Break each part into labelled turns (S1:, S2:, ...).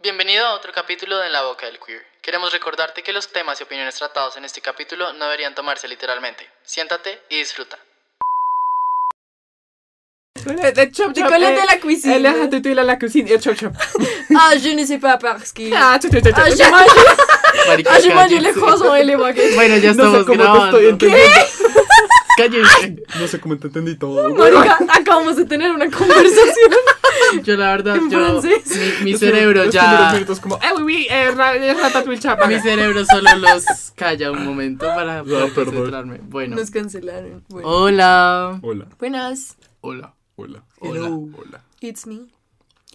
S1: Bienvenido a otro capítulo de En la Boca del Queer. Queremos recordarte que los temas y opiniones tratados en este capítulo no deberían tomarse literalmente. Siéntate y disfruta.
S2: Le chop eh,
S3: Le collet de la cuisine.
S2: Elle a ratatouille à la cuisine et chop chop.
S3: Ah, je ne sais pas parce que. Ah,
S2: Ah, chop chop chop.
S3: je
S2: chop.
S3: mange,
S4: Marica,
S3: ah, je mange
S4: cállense.
S3: les croissants et les baguettes.
S4: Bueno, ya
S2: No sé
S4: estamos
S2: cómo
S4: grabando.
S2: te estoy entendiendo.
S4: Cállense.
S2: No sé cómo te entendí todo.
S3: Marica, acabamos de tener una conversación.
S4: Yo la verdad,
S3: En
S4: yo
S3: francés.
S4: mi, mi cerebro
S2: Los primeros
S4: ya
S2: minutos como, eh, oui, oui, eh, ra- eh, ratatouille chapa.
S4: mi cerebro solo los calla un momento para poder
S2: perdón.
S4: concentrarme. Bueno.
S3: Nos cancelaron. Bueno.
S4: Hola.
S2: Hola,
S3: Buenas,
S4: Hola.
S2: hola,
S4: Hola.
S2: hola.
S3: it's me.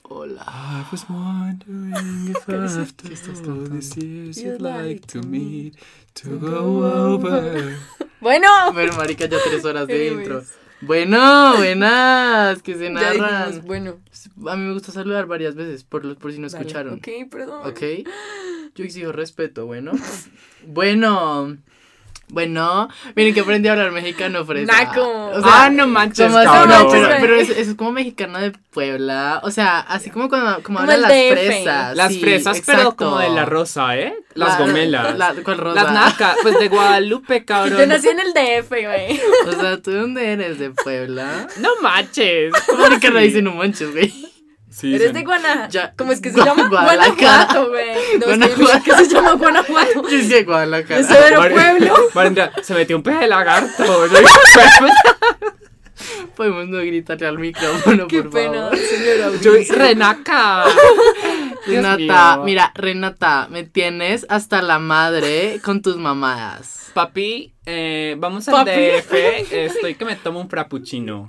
S4: Hola.
S2: I was wondering if after all these years
S3: you'd like to meet,
S2: to go over.
S3: Bueno,
S4: Bueno, marica, ya tres horas de
S3: Anyways.
S4: intro. Bueno, buenas, que se
S3: ya dijimos,
S4: narran.
S3: bueno.
S4: A mí me gusta saludar varias veces por, los- por si no
S3: Vale,
S4: escucharon.
S3: Ok, perdón.
S4: Ok. Yo exijo respeto, bueno. Bueno. Bueno. Miren que aprendí a hablar mexicano, fresa.
S3: Naco.
S4: O sea,
S2: ah, no manches,
S4: como así-
S2: cabrón.
S4: no,
S3: manches,
S4: pero,
S3: güey.
S4: pero es, es como mexicano de Puebla. O sea, así como cuando como
S3: Como
S4: hablan
S3: el
S4: las
S3: DF.
S4: fresas.
S2: Las
S4: sí,
S2: fresas, pero
S4: exacto.
S2: como de la rosa, ¿eh? Las
S4: La-
S2: gomelas.
S4: la- ¿Cuál rosa?
S2: Las nacas, pues de Guadalupe,
S3: Yo
S2: cabrón.
S3: nací en el DF, güey.
S4: O sea, ¿tú dónde eres? ¿De Puebla?
S2: No manches.
S4: ¿Por qué no dicen un manches, güey?
S2: Sí,
S3: Eres
S2: dicen-
S3: de Guanajuato.
S4: Ya.
S3: ¿Cómo es que se llama?
S4: Guadalajara.
S3: Guanajuato, güey. No, es que yo
S4: Guanajuato.
S3: dije que se llama Guanajuato.
S4: Yo soy de Guadalajara.
S3: Yo soy de este
S2: Mar-
S3: pueblo.
S2: Marina, se metió un pez de lagarto. pues,
S4: Podemos no gritarle al micrófono,
S3: Qué
S4: por
S3: pena,
S4: favor.
S3: señora.
S2: Yo, renaca. Dios
S4: Renata,
S2: mío.
S4: mira, Renata, me tienes hasta la madre con tus mamadas.
S2: Papi, eh, vamos al
S4: Papi.
S2: DF. Estoy que me tomo un frappuccino.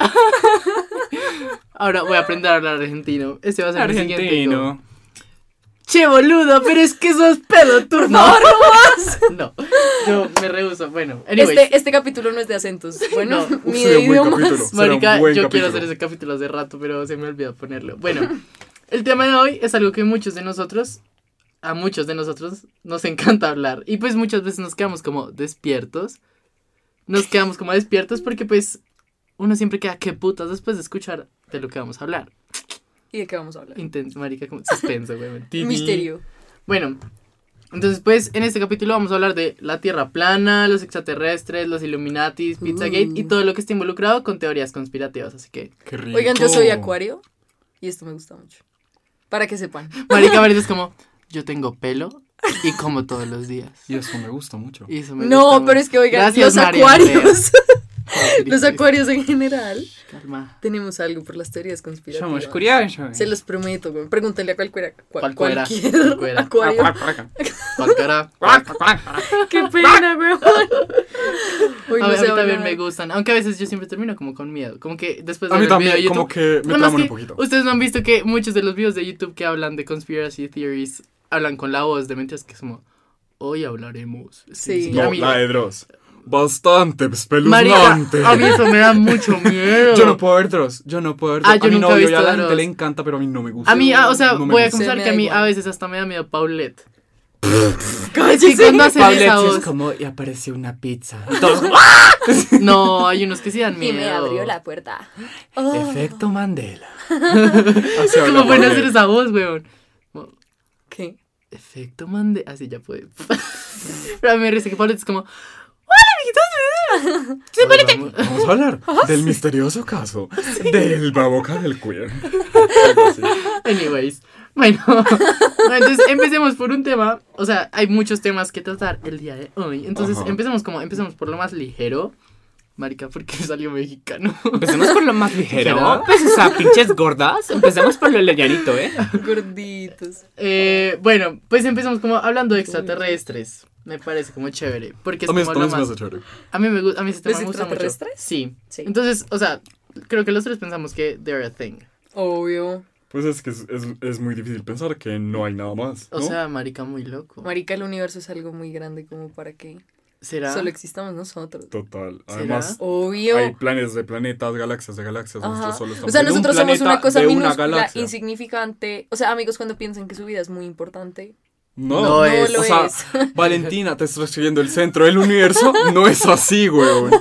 S4: Ahora voy a aprender a hablar argentino. Ese va a ser mi siguiente. hijo.
S2: Argentino.
S4: Che, boludo, pero es que sos pedo, tú no.
S3: favor, no
S4: No, yo me rehuso. Bueno, anyways.
S3: Este, este capítulo no es de acentos. Bueno,
S4: No.
S3: ni
S2: Sería
S3: de
S2: un buen
S3: idiomas.
S2: capítulo. será un
S4: Marica, yo
S2: buen
S4: quiero
S2: capítulo.
S4: hacer ese capítulo hace rato, pero se me olvidó ponerlo. Bueno, el tema de hoy es algo que muchos de nosotros, a muchos de nosotros, nos encanta hablar. Y pues muchas veces nos quedamos como despiertos. Nos quedamos como despiertos porque pues uno siempre queda que putas después de escuchar de lo que vamos a hablar.
S3: ¿Y de qué vamos a hablar?
S4: Intenso, marica, como suspenso, güey.
S2: Tini.
S3: Misterio.
S4: Bueno, entonces pues en este capítulo vamos a hablar de la Tierra plana, los extraterrestres, los Illuminatis, Pizzagate
S3: Mm.
S4: y todo lo que está involucrado con teorías conspirativas. Así que,
S2: Qué rico.
S3: Oigan, yo soy acuario y esto me gusta mucho. Para que sepan.
S4: Marica Verde es como, yo tengo pelo y como todos los días.
S2: Y eso me gusta mucho.
S4: Y eso me gusta
S3: No, pero
S4: mucho.
S3: es que oigan, los
S4: Gracias, María Andrea.
S3: acuarios,
S4: Joder,
S3: los acuarios en general,
S4: Calma.
S3: tenemos algo por las teorías
S2: Somos
S3: conspirativas.
S2: curiosos.
S3: Se los prometo, güey. Pregúntale a cualquiera, cua-
S4: Cualquiera,
S3: cualquier
S4: cualquiera. Ah,
S3: acuario.
S2: Ah, Cuac, cuac,
S4: Pal cara.
S2: cuac, cuac, cuac.
S3: Qué pena, güey. Hoy
S4: A
S3: no
S4: mí, a
S3: sé
S4: mí también
S3: hablar.
S4: me gustan, aunque a veces yo siempre termino como con miedo, como que después de
S2: A mí
S4: ver el video de
S2: también, como
S4: YouTube-
S2: que me
S4: Bueno, es
S2: traman un
S4: que
S2: poquito.
S4: Ustedes no han visto que muchos de los videos de YouTube que hablan de conspiracy theories hablan con la voz de mentiras que es como hoy hablaremos.
S3: Sí.
S4: a
S2: No,
S4: mí-
S2: la de Dross. Bastante
S4: Marica,
S2: espeluznante.
S4: a mí eso me da mucho miedo.
S2: Yo no puedo ver Dross. Yo no puedo ver Dross.
S4: Ah, yo
S2: a mi
S4: nunca he
S2: novio y
S4: visto
S2: a la
S4: Dross.
S2: gente le encanta, pero a mí no me gusta.
S4: A mí, ah, o sea,
S2: No me
S4: voy a
S2: gusta.
S4: confesar
S3: Se me
S4: que a
S3: da
S4: mí a
S3: igual.
S4: veces hasta me da miedo Paulette.
S3: Cállese.
S4: Sí, cuando hacen
S2: Pablo
S4: esa
S2: es
S4: voz.
S2: como y apareció una pizza. Y todos, como,
S4: No, hay unos que sí dan
S3: Y
S4: miedo.
S3: me abrió la puerta.
S2: ¡ah! Efecto Mandela. Así habla
S4: ¿Cómo pueden
S2: Pablo.
S4: hacer esa voz, weón? Como,
S3: ¿Qué?
S4: Efecto Mandela. Así ya puede. Pero a mí me risa que Pablo es como.
S2: Ahora vamos, vamos a hablar del misterioso caso del baboca del queer.
S4: Anyways. Bueno, entonces empecemos por un tema. O sea, hay muchos temas que tratar el día de hoy. Entonces
S2: Ajá.
S4: empecemos como, empecemos por lo más ligero. Marica, porque salió mexicano.
S2: Empecemos por lo más
S4: ¿Ligero?
S2: Pues, o sea, pinches gordas. Empecemos por lo leñanito, ¿eh?
S3: Gorditos.
S4: Eh, bueno, pues empezamos como hablando de extraterrestres. Me parece como chévere. Porque es
S2: A mí
S4: como
S2: esto
S4: lo
S2: me
S4: más.
S2: hace chévere.
S4: A mí me gusta, a mí ese tema
S3: ¿Los
S4: me gusta mucho.
S3: extraterrestres?
S4: Sí.
S3: Sí.
S4: Entonces, o sea, creo que los tres pensamos que they're a thing.
S3: Obvio.
S2: Pues es que es, es, es muy difícil pensar que no hay nada más.
S4: O
S2: ¿no?
S4: sea, marica muy loco.
S3: Marica, el universo es algo muy grande como para que
S4: ¿Será?
S3: solo existamos nosotros.
S2: Total. Además,
S3: Obvio.
S2: hay planes de planetas, galaxias de galaxias.
S3: Ajá.
S2: Nosotros solo
S3: O
S2: estamos
S3: sea,
S2: en un
S3: nosotros somos
S2: planeta
S3: una cosa
S2: de
S3: minúscula,
S2: galaxia.
S3: insignificante. O sea, amigos cuando piensan que su vida es muy importante,
S2: No,
S1: No es.
S3: lo
S2: o sea,
S3: es.
S2: Valentina, te estás escribiendo el centro del universo. No es así, weón.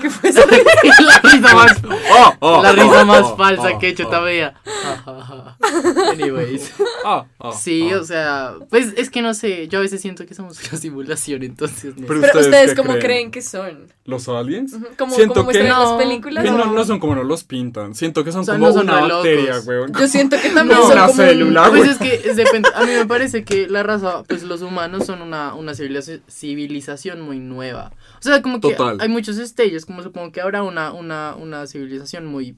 S3: ¿Qué fue eso?
S4: la risa más,
S2: Oh, oh,
S4: la risa
S2: oh,
S4: más
S2: oh,
S4: falsa
S2: oh,
S4: que he hecho
S2: oh,
S4: todavía. Anyways.
S2: oh, oh,
S4: Sí,
S2: oh.
S4: o sea, pues es que no sé, yo a veces siento que somos una simulación, entonces no.
S3: Pero
S2: Pero-
S4: sé.
S2: ¿Ustedes
S3: ustedes,
S2: qué
S3: ¿cómo creen?
S2: creen?
S3: que son?
S2: ¿Los aliens?
S3: Ujú, Como,
S2: Siento
S3: como muestran
S2: que-
S3: en las
S4: No,
S3: películas.
S2: Que no,
S3: ¿no?
S2: no son como nos los pintan. Siento que son
S4: O sea,
S2: como
S4: no son
S2: una
S4: re locos.
S2: bacteria, weón.
S3: Yo siento que también
S4: No,
S3: son
S4: una
S3: como
S2: célula. Ah,
S4: Pues
S2: güey.
S4: es que es depende- a mí me parece que la raza, pues los humanos son una, una civilización, civilización muy nueva. O sea, como que
S2: Total.
S4: hay muchos estellos, como supongo que habrá una, una, una civilización muy,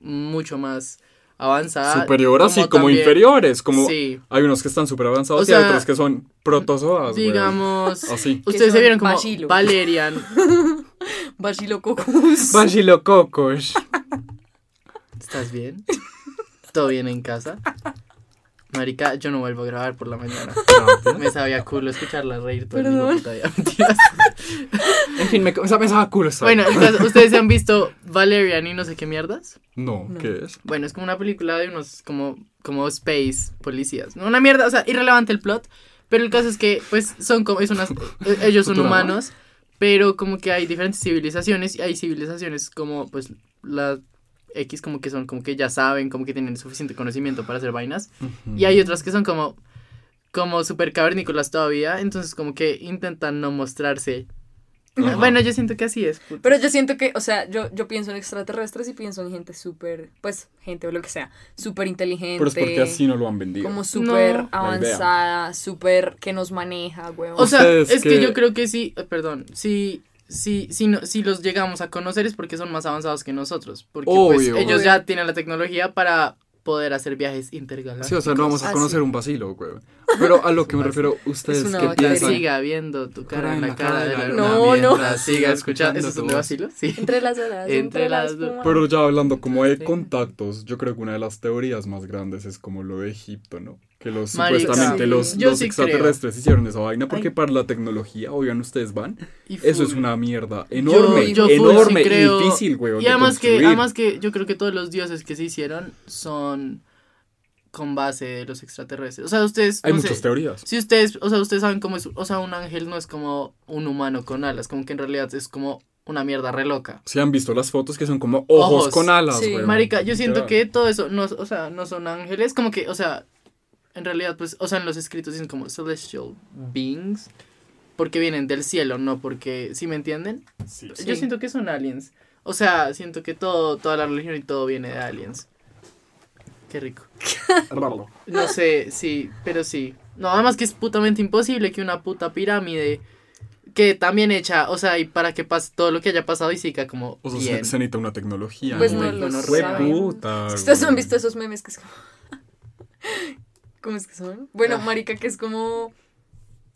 S4: mucho más avanzada.
S2: Superioras ah, y como
S4: también-
S2: inferiores. Como
S4: Sí,
S2: hay unos que están súper avanzados
S4: O
S2: y hay
S4: sea,
S2: otros que son protozoas, weón.
S4: digamos...
S2: Así.
S3: Que
S4: Ustedes se
S3: son
S4: vieron como
S3: bacilo.
S4: Valerian.
S3: un Basilococcus.
S2: Bacillococos.
S4: ¿Estás bien? ¿Todo bien en casa? Marica, yo no vuelvo a grabar por la mañana.
S2: Ah, pues,
S4: Me sabía culo escucharla reír todo el
S3: Perdón.
S4: mismo puta día. Mentiras.
S2: en fin, me, esa me saca culo. esa.
S4: Bueno, entonces, ¿ustedes se han visto Valerian y no sé qué mierdas?
S2: No,
S3: No.
S2: ¿qué es?
S4: Bueno, es como una película de unos como, como space policías. ¿no? Una mierda, o sea, irrelevante el plot. Pero el caso es que, pues, son como, es unas, eh, ellos son
S2: Futurama.
S4: humanos, pero como que hay diferentes civilizaciones y hay civilizaciones como, pues, las X como que son, como que ya saben, como que tienen suficiente conocimiento para hacer vainas. Y hay otras que son como, como super cavernícolas todavía, entonces como que intentan no mostrarse.
S2: Ajá.
S4: Bueno, yo siento que así es. puta.
S3: Pero yo siento que, o sea, yo, yo pienso en extraterrestres y pienso en gente súper, pues, gente o lo que sea, súper inteligente.
S2: Pero es porque así no lo han vendido.
S3: Como súper
S4: No.
S3: avanzada, súper que nos maneja, weón.
S4: O sea,
S2: Ustedes
S4: es que...
S2: que-
S4: yo creo que sí, eh, perdón, sí, sí, sí, no, sí los llegamos a conocer es porque son más avanzados que nosotros. Porque pues,
S2: Obvio.
S4: ellos
S3: Obvio.
S4: ya tienen la tecnología para poder hacer viajes intergalácticos.
S2: Sí, o sea, no vamos
S3: Ah,
S2: a
S3: sí. Ah,
S2: conocer un vacilo, weón. Pero a lo que me
S4: un
S2: refiero, ustedes
S3: una
S2: que
S3: bacteria.
S4: Que
S3: piensan?
S4: siga viendo tu cara en la cara de la luna.
S3: No, no.
S4: mientras Siga escuchando. ¿Eso es un
S2: tu voz.
S4: vacilo? Sí.
S3: entre las olas,
S4: Entre
S3: entre,
S4: las-
S3: las... espumas.
S2: Pero ya hablando como de
S4: Sí.
S2: contactos, yo creo que una de las teorías más grandes es como lo de Egipto, ¿no? Que los
S4: Marica.
S2: supuestamente
S3: Sí.
S2: los,
S4: Yo
S2: los
S4: sí creo.
S2: extraterrestres hicieron esa vaina porque
S4: Ay.
S2: para la tecnología, oigan, ustedes van.
S4: Y
S2: Eso es
S4: full.
S2: una mierda enorme,
S4: yo full sí
S2: enorme
S4: creo.
S2: y difícil, weón.
S4: Y
S2: de
S4: además que,
S2: construir.
S4: además que yo creo que todos los dioses que se hicieron son con base de los extraterrestres. O sea, ustedes...
S2: hay
S4: no sé,
S2: muchas teorías.
S4: Si ustedes, o sea, ustedes saben cómo es, o sea, un ángel no es como un humano con alas, como que en realidad es como una mierda re loca.
S2: Se han visto las fotos que son como ojos,
S4: Ojos.
S2: con alas,
S3: Sí.
S2: weón.
S4: Marica, yo siento
S2: Ya.
S4: que todo eso, no, o sea, no son ángeles, como que, o sea, en realidad, pues, o sea, en los escritos dicen como celestial beings, porque vienen del cielo, no porque, ¿sí me entienden?
S2: Sí.
S4: Yo siento que son aliens, o sea, siento que todo, toda la religión y todo viene de aliens. Qué rico.
S2: Raro.
S4: No sé, sí, pero sí. No, además que es putamente imposible que una puta pirámide que también hecha, o sea, y para que pase todo lo que haya pasado y siga como
S2: O sea, se-
S4: bien.
S2: se, necesita una tecnología.
S3: Pues
S4: no lo
S2: Fue
S4: saben.
S2: puta.
S3: Ustedes han
S2: weón.
S3: visto esos memes que es como. ¿Cómo es que son? Bueno,
S4: Ah.
S3: marica, que es como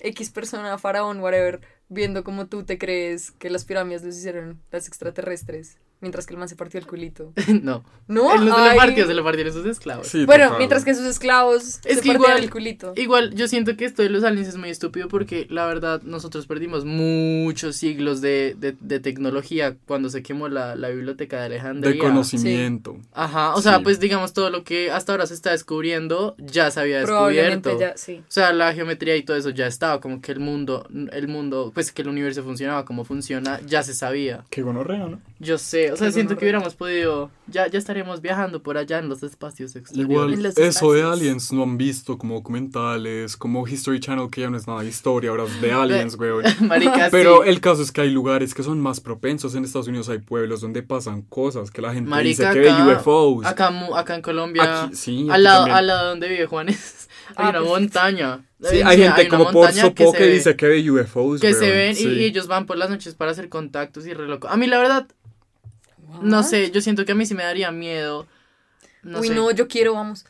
S3: X persona, faraón, whatever, viendo cómo tú te crees que las pirámides los hicieron las extraterrestres, mientras que el man se partió el culito.
S4: no,
S3: ¿No?
S4: en los de
S3: Ay.
S4: los partidos, de los partidos, esos esclavos.
S2: Sí,
S3: Bueno,
S2: total,
S3: mientras que sus esclavos
S4: Es
S3: se
S4: que
S3: partieron
S4: igual-
S3: el culito.
S4: Igual, yo siento que esto de los aliens es muy estúpido porque la verdad nosotros perdimos muchos siglos de, de, de tecnología cuando se quemó la, la biblioteca de Alejandría.
S2: De conocimiento.
S4: Ajá, o sea,
S2: Sí.
S4: pues digamos todo lo que hasta ahora se está descubriendo ya se había descubierto.
S3: Probablemente ya, sí.
S4: O sea, la geometría y todo eso ya estaba, como que el mundo, el mundo, pues que el universo funcionaba como funciona, ya se sabía.
S2: Qué gonorrea, ¿no?
S4: Yo sé, o sea,
S3: Qué
S4: siento que
S3: gonorrea.
S4: hubiéramos podido, ya, ya estaríamos viajando por allá en los espacios exteriores.
S2: Igual,
S3: En los
S2: eso de
S3: espacios.
S2: aliens no han visto como documentales, como History Channel, que ya no es nada de historia, ahora es de aliens, weón.
S4: Marica, Ah, sí.
S2: Pero el caso es que hay lugares que son más propensos. En Estados Unidos hay pueblos donde pasan cosas que la gente
S4: Marica,
S2: dice que
S4: acá-
S2: ve UFOs.
S4: acá, mu- acá en Colombia,
S2: Pues, Aquí- sí, aquí
S4: al, lado,
S2: también.
S4: al lado donde vive Juanes, hay
S3: Ah,
S4: una
S3: perfecto.
S4: montaña.
S2: Sí,
S4: Eh,
S2: hay gente
S4: una
S2: como por
S4: montaña que
S2: sopo
S4: se
S2: que
S4: ve-
S2: dice que ve UFOs.
S4: que se
S2: weón,
S4: ven y-
S2: sí.
S4: y ellos van por las noches para hacer contactos y re loco. A mí la verdad, no sé, yo siento que a mí sí me daría miedo. No
S3: Ah. Uy,
S4: sé.
S3: no, yo quiero, vamos.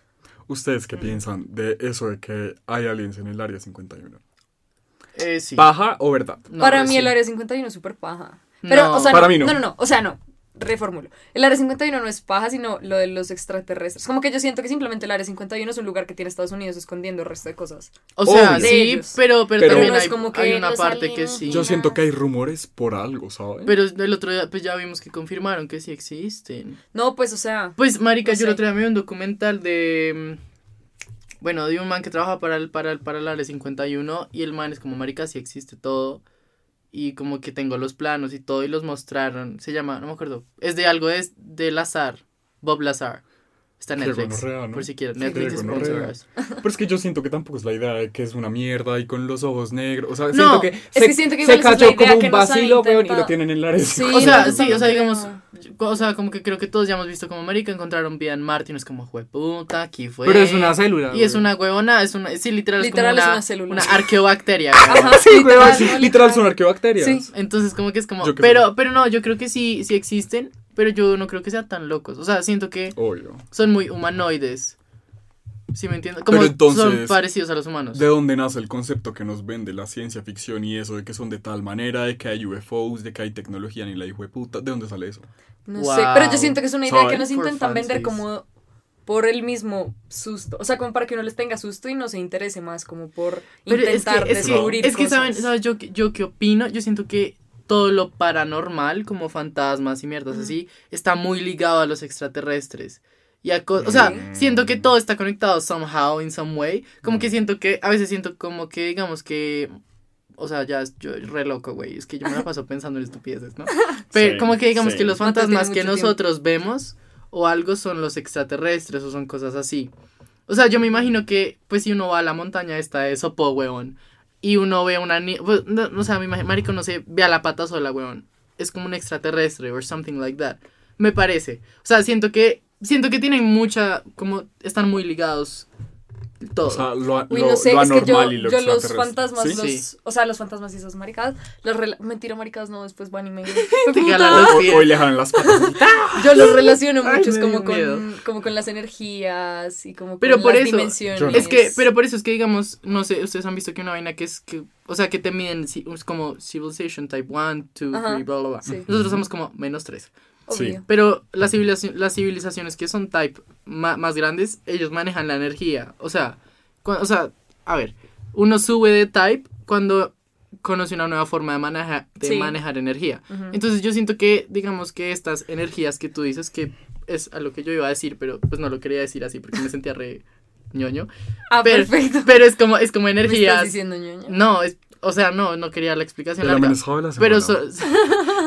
S2: ¿Ustedes
S4: Mm.
S2: qué piensan de eso de que hay aliens en el área 51?
S4: Eh, sí.
S2: ¿Paja o verdad?
S4: No,
S3: Para
S4: pues
S3: mí
S4: sí.
S3: el área 51 es súper paja. Pero,
S4: No.
S3: o sea,
S2: Para
S3: no,
S2: mí no.
S3: No, no, no, O sea, no. Reformulo. El área 51 no es paja, sino lo de los extraterrestres. Como que yo siento que simplemente el área 51 es un lugar que tiene Estados Unidos escondiendo el resto de cosas.
S4: O sea,
S2: Obvio.
S4: sí,
S3: De ellos.
S4: pero,
S2: Pero-
S4: pero, también
S2: Pero
S3: no es
S4: hay,
S3: como que
S4: hay una
S3: los
S4: parte que sí.
S2: Yo
S3: alienígenas.
S2: siento que hay rumores por algo, ¿saben?
S4: Pero el otro día, pues ya vimos que confirmaron que sí existen.
S3: No, pues, o sea.
S4: Pues, marica,
S3: No
S4: yo el
S3: sé.
S4: otro día me vi un documental de... mm, Bueno, de un man que trabaja para el, para el, para el Área 51 y el man es como, marica, sí existe todo. Y como que tengo los planos y todo y los mostraron. Se llama, no me acuerdo. Es de algo, es de Lazar. Bob Lazar. Está en
S2: Qué
S4: Netflix.
S2: gonorrea, ¿no?
S4: Por si quieren.
S3: Sí,
S4: Netflix
S2: qué
S4: es
S2: gonorrea. Pero es que yo siento que tampoco es la idea de que es una mierda y con los ojos negros. O sea,
S4: No,
S2: siento que
S3: es que siento que
S2: se
S3: igual esa es la
S2: cayó
S3: idea
S2: como
S3: que
S2: un
S3: nos han
S2: vacilo, weón, y lo
S3: intentado.
S2: tienen en la arena.
S3: Sí,
S4: O sea,
S3: no,
S4: sí, o
S3: no.
S4: sea, digamos, o sea, como que creo que todos ya hemos visto como América encontraron vida en Marte y no es como, puta, aquí fue.
S2: Pero es una célula.
S4: Y es
S2: weón.
S4: una huevona, es una, sí, literal,
S3: Literal es
S4: es como una,
S3: una célula.
S4: una arqueobacteria. güey.
S3: Ajá,
S2: Sí, weón,
S3: literal,
S2: sí,
S3: ¿no?
S2: literal son arqueobacterias.
S3: Sí.
S4: Entonces, como que es como,
S2: Yo creo.
S4: pero, pero no, yo creo que sí, sí existen, pero yo no creo que sean tan locos. O sea, siento que
S2: Obvio.
S4: son muy humanoides. ¿Sí me entiendes? Como
S2: Pero entonces-
S4: son parecidos a los humanos.
S2: ¿De dónde nace el concepto que nos vende la ciencia ficción y eso de que son de tal manera, de que hay UFOs, de que hay tecnología ni la hijo de puta? ¿De dónde sale eso?
S3: No
S4: Wow.
S3: sé, pero yo siento que es una idea
S2: Sorry.
S3: que nos
S4: For
S3: intentan vender
S4: fancies.
S3: como por el mismo susto. O sea, como para que uno les tenga susto y no se interese más, como por
S4: Pero es que-
S3: intentar
S4: es que,
S3: descubrir.
S4: es que,
S3: cosas.
S4: saben, ¿sabes yo, qué- yo qué opino? Yo siento que todo lo paranormal, como fantasmas y mierdas
S3: Ujú.
S4: así, está muy ligado a los extraterrestres. Y a co- o sea,
S2: Mm.
S4: siento que todo está conectado somehow, in some way. Como que siento que, a veces siento como que, digamos que, o sea, ya es- yo re loco, güey. Es que yo me la paso pensando en estupideces, ¿no? Pero
S2: Sí,
S4: como que digamos
S2: sí.
S4: que los
S3: No te tiene
S4: fantasmas que
S3: mucho tiempo.
S4: nosotros vemos o algo son los extraterrestres o son cosas así. O sea, yo me imagino que, pues, si uno va a la montaña esta de Sopo, weón, y uno ve una niña, pues, no, no sé, me imagino, marico, no sé, ve a la pata sola, weón. Es como un extraterrestre or something like that. Me parece. O sea, siento que, siento que tienen mucha, como, están muy ligados todo.
S2: O sea, lo,
S3: Uy,
S2: lo-
S3: no sé,
S2: lo
S3: es que yo,
S2: anormal y lo
S3: yo los
S2: extraterrestre.
S3: fantasmas,
S2: ¿Sí?
S3: los,
S4: Sí.
S3: o sea, los fantasmas y esas maricadas, los rela- mentira, maricadas no, después van y me...
S4: Te
S3: ¡Puta!
S4: jalan los
S2: Hoy,
S4: pies.
S2: hoy le jalan las patas.
S3: Yo los relaciono
S4: Ay,
S3: mucho, es
S4: me
S3: como
S4: dio miedo.
S3: con, como con las energías y como
S4: Pero
S3: con
S4: por
S3: las
S4: eso,
S3: dimensiones.
S2: yo no.
S4: Es que, pero por eso es que digamos, no sé, ustedes han visto que una vaina que es que, o sea, que te miden si- es como Civilization Type 1, 2, 3,
S3: Ajá,
S4: bla, bla, bla.
S3: sí.
S4: Nosotros somos como menos 3.
S2: Sí.
S3: Obvio.
S4: Pero las, civilizaci- las civilizaciones que son type ma- más grandes, ellos manejan la energía. O sea, cu- o sea, a ver, uno sube de type cuando conoce una nueva forma de, maneja- de
S3: Sí.
S4: manejar energía.
S3: Ujú.
S4: Entonces yo siento que, digamos que estas energías que tú dices, que es a lo que yo iba a decir, pero pues no lo quería decir así porque me sentía re ñoño.
S3: Ah,
S4: pero-
S3: perfecto.
S4: Pero es como, es como
S3: ¿Me estás
S4: energías.
S3: diciendo ñoña?
S4: No, es, o sea, no, no quería la explicación.
S2: El
S4: larga.
S2: amenazado de la
S4: Pero
S2: semana.
S4: son,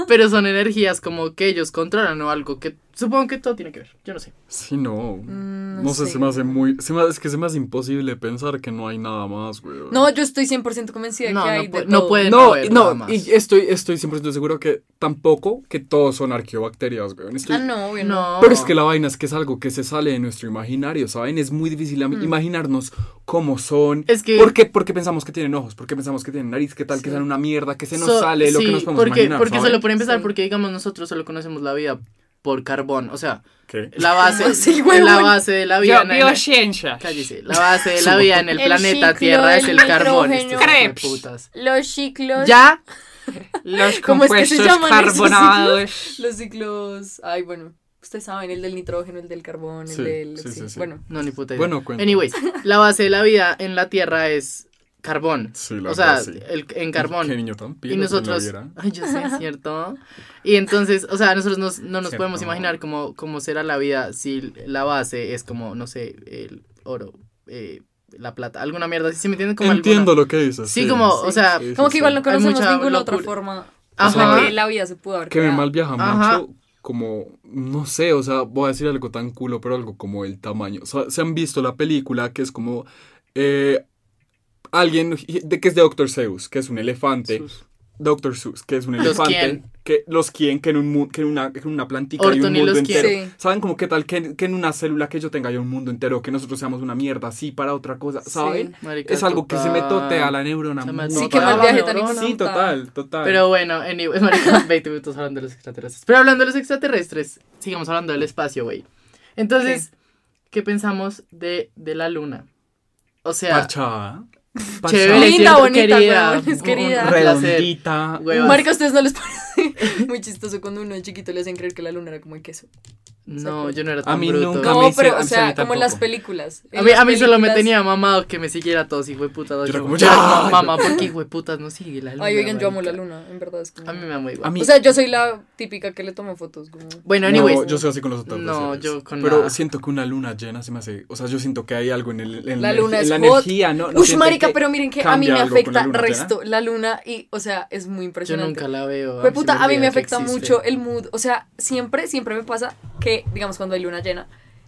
S4: pero son energías como que ellos controlan o algo que supongo que todo tiene que ver. Yo no sé.
S2: Sí, no.
S3: Mm,
S2: no sé, se me hace muy. se me- es que se me hace imposible pensar que no hay nada más, güey.
S3: No, yo estoy 100% convencida
S4: No,
S3: que
S4: no
S3: hay de
S4: pu- no
S3: todo. Ah,
S4: puede-
S2: No,
S4: haber nada
S2: no,
S4: más.
S2: y estoy, estoy 100% seguro que tampoco que todos son arqueobacterias, güey. Estoy-
S3: Ah, no, obvio, no.
S4: No.
S2: Pero es que la vaina es que es algo que se sale de nuestro imaginario, ¿saben? Es muy difícil a mí imaginarnos cómo son.
S4: Mm. Es que-
S2: ¿Por qué, por qué pensamos que tienen ojos? ¿Por qué pensamos que tienen nariz? ¿Qué tal que sean una mierda? ¿Qué se nos
S4: So-
S2: sale de lo
S4: sí,
S2: que nos podemos
S4: porque,
S2: imaginar?
S4: Porque
S2: ¿saben?
S4: solo por empezar,
S3: Sí.
S4: porque digamos nosotros solo conocemos la vida por carbón. O sea,
S2: ¿Qué?
S4: la base,
S3: Sí, huevón.
S4: la base de la vida. en el-
S5: ciencia.
S4: cállese, la base de la vida en el
S3: El
S4: planeta
S3: ciclo
S4: Tierra es
S3: del
S4: el carbón.
S3: nitrógeno.
S4: estos
S5: Crepes.
S4: hijueputas.
S3: Los ciclos.
S4: Ya,
S5: Los
S3: ¿Cómo es que se
S5: compuestos
S3: llaman esos
S5: carbonados.
S3: Los ciclos. Ay, bueno. Ustedes saben, el del nitrógeno, el del carbón, el
S2: Sí,
S3: del.
S2: sí, sí, sí.
S3: Bueno.
S4: no ni puta idea.
S2: Bueno, cuenta.
S4: Anyways, la base de la vida en la Tierra es carbón.
S2: Sí, la
S4: o sea,
S2: verdad, sí.
S4: el, en carbón.
S2: Qué niño tan pilo,
S4: Y
S2: quien lo
S4: nosotros,
S2: viera.
S4: ay, yo sé, ¿cierto? Y entonces, o sea, nosotros nos- no nos
S2: Cierto.
S4: podemos imaginar cómo, cómo será la vida si la base es como, no sé, el oro, eh, la plata, alguna mierda, ¿sí, ¿sí me entienden? Como alguna-
S2: Entiendo lo que dices.
S4: Sí, como, o sea,
S2: sí,
S3: Como
S2: sí,
S3: que igual
S2: sí.
S3: no conocemos
S4: mucha
S3: ninguna otra
S4: locura.
S3: forma
S4: Ajá.
S3: de que la vida se pudo haber
S2: que me
S3: creado.
S2: malviaja
S4: Ajá.
S2: mucho como no sé, o sea, voy a decir algo tan culo, pero algo como el tamaño. O sea, se han visto la película que es como eh, alguien de que es de Dr. Zeus, que es un elefante.
S4: Sus-
S2: Dr. Seuss, que es un
S4: Los
S2: elefante.
S4: quién.
S2: Que, los quien, que en, un, mu- que en una, que en una plantica hay
S4: Orton
S2: un
S4: y
S2: mundo
S4: los quién.
S2: entero.
S3: Sí.
S2: ¿Saben como qué tal que, que en una célula que yo tenga haya un mundo entero, que nosotros seamos una mierda así para otra cosa? ¿Saben?
S4: marica,
S2: Es algo que se me
S4: total.
S2: totea la neurona.
S4: Se me
S2: mucho.
S3: Sí,
S4: que
S3: que
S4: mal
S3: mal
S4: viaje
S3: viaje
S4: tan
S3: tan
S2: Sí, total, total.
S4: Pero bueno, anyway, marica, 20 minutos hablando de los extraterrestres. Pero hablando de los extraterrestres, sigamos hablando del espacio, güey. Entonces, ¿qué, pensamos de, de la luna? O sea,
S2: Parchada.
S4: chévere,
S3: Linda,
S4: ¿cierto?
S3: bonita,
S4: querida,
S3: huevón, es
S4: un
S3: querida.
S4: placer.
S2: Redondita.
S4: Huevas.
S3: Marica, ustedes no les parece. Muy chistoso cuando uno de chiquito le hacen creer que la luna era como el queso.
S4: No, yo no era tan
S2: A mí
S4: bruto.
S2: nunca
S3: No,
S2: mí se-
S3: pero,
S2: a
S3: o
S2: mí se me
S3: sea, como en las
S2: tampoco.
S3: películas. En
S4: A mí,
S3: las
S4: a mí solo me
S3: películas-
S4: tenía mamado que me siguiera todos, hijo de puta.
S2: Yo
S4: Yo,
S2: era como,
S4: ya,
S2: ¡ya!
S4: mamá, ¿por qué hijo de puta no sigue la luna?
S3: Ay, oigan, yo amo la
S4: marica?
S3: luna, en verdad. Es como...
S4: A mí me amo igual.
S2: A mí-
S3: O sea, yo soy la típica que le toma fotos. Como...
S4: Bueno,
S2: No,
S4: anyways.
S2: yo soy así con los atardeceres.
S4: No, yo con
S2: Pero
S4: la-
S2: siento que una luna llena se me hace. O sea, yo siento que hay algo en, el, en
S3: La
S2: energi-
S3: luna
S2: en
S3: es
S2: la
S3: hot.
S2: energía, ¿no? ¿No
S3: Ush,
S2: sienten
S3: marica,
S2: que
S3: pero miren que a mí
S2: cambia
S3: me
S2: algo con la
S3: afecta
S2: luna llena?
S3: resto la luna y, o sea, es muy
S4: Yo
S3: impresionante.
S4: nunca la veo.
S3: Fue
S4: se
S3: puta,
S4: me
S3: a mí me
S4: olvida que
S3: afecta
S4: existe.
S3: mucho el mood. O sea, siempre, siempre me pasa que, digamos, cuando hay luna llena.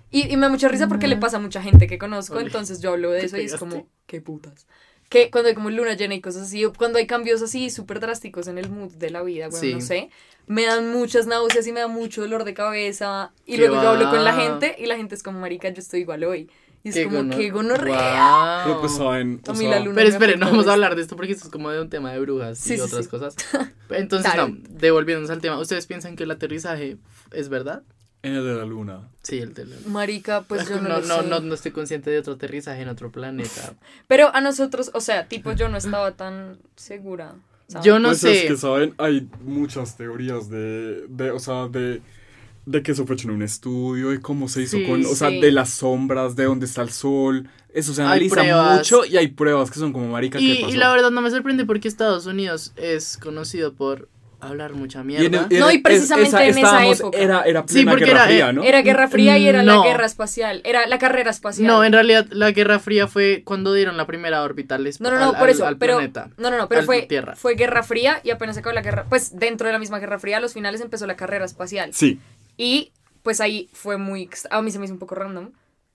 S3: Y, y me da mucha risa porque le pasa a mucha gente que conozco.
S4: Ole.
S3: Entonces yo hablo de
S4: Mm. ¿Te
S3: eso y es
S4: pegaste?
S3: como, qué putas. Que cuando hay como luna llena y cosas así, o cuando hay cambios así súper drásticos en el mood de la vida, bueno,
S4: Sí.
S3: no sé. Me dan muchas náuseas y me da mucho dolor de cabeza. Y
S4: ¿Qué
S3: luego yo hablo
S4: va?
S3: con la gente y la gente es como, marica, yo estoy igual hoy. Y es
S4: Qué
S3: como,
S4: gono-
S3: qué gonorrea.
S4: Guau.
S2: Pero pues saben. o
S3: A mí
S2: sea,
S3: la luna.
S4: Pero
S3: me
S4: esperen, no
S3: afecta
S4: vamos a
S3: resto.
S4: hablar de esto porque esto es como de un tema de brujas
S3: Sí,
S4: y
S3: sí,
S4: otras
S3: sí.
S4: cosas. Entonces,
S3: Dale.
S4: no, devolviéndonos al tema, ¿ustedes piensan que el aterrizaje es verdad?
S2: En el de la luna.
S4: Sí, el de la-
S3: Marica, pues yo no,
S4: no,
S3: lo
S4: no,
S3: sé.
S4: no, no estoy consciente de otro aterrizaje en otro planeta.
S3: Pero a nosotros, o sea, tipo, yo no estaba tan segura. ¿sabes?
S4: Yo no
S2: Pues
S4: sé.
S2: es que saben, hay muchas teorías de, de o sea, de, de que eso fue hecho en un estudio y cómo se hizo
S4: Sí,
S2: con, o sea,
S3: sí.
S2: de las sombras, de dónde está el sol. Eso se
S4: Hay
S2: analiza
S4: pruebas.
S2: mucho y hay pruebas que son como marica que
S4: Y,
S2: pasó.
S4: y la verdad no me sorprende porque Estados Unidos es conocido por hablar mucha
S2: Y en el-
S4: mierda.
S2: en
S3: No, y
S2: es-
S3: precisamente en esa
S2: estábamos-
S3: época.
S2: Era, era
S4: Sí,
S2: plena
S4: porque
S2: Guerra
S4: era-
S2: Fría, ¿no?
S3: Era Guerra Fría y era
S4: No.
S3: la guerra espacial. Era la carrera espacial.
S4: No, en realidad la Guerra Fría fue cuando dieron la primera órbita al, esp-
S3: no, no, no,
S4: al-
S3: por
S4: al-
S3: eso.
S4: al
S3: pero,
S4: planeta.
S3: No, no, no, pero
S4: al
S3: fue,
S4: Tierra.
S3: fue Guerra Fría y apenas se acabó la guerra. Pues dentro de la misma Guerra Fría, a los finales empezó la carrera espacial.
S2: Sí,
S3: Y pues ahí fue muy. ex- A mí se me hizo un poco random.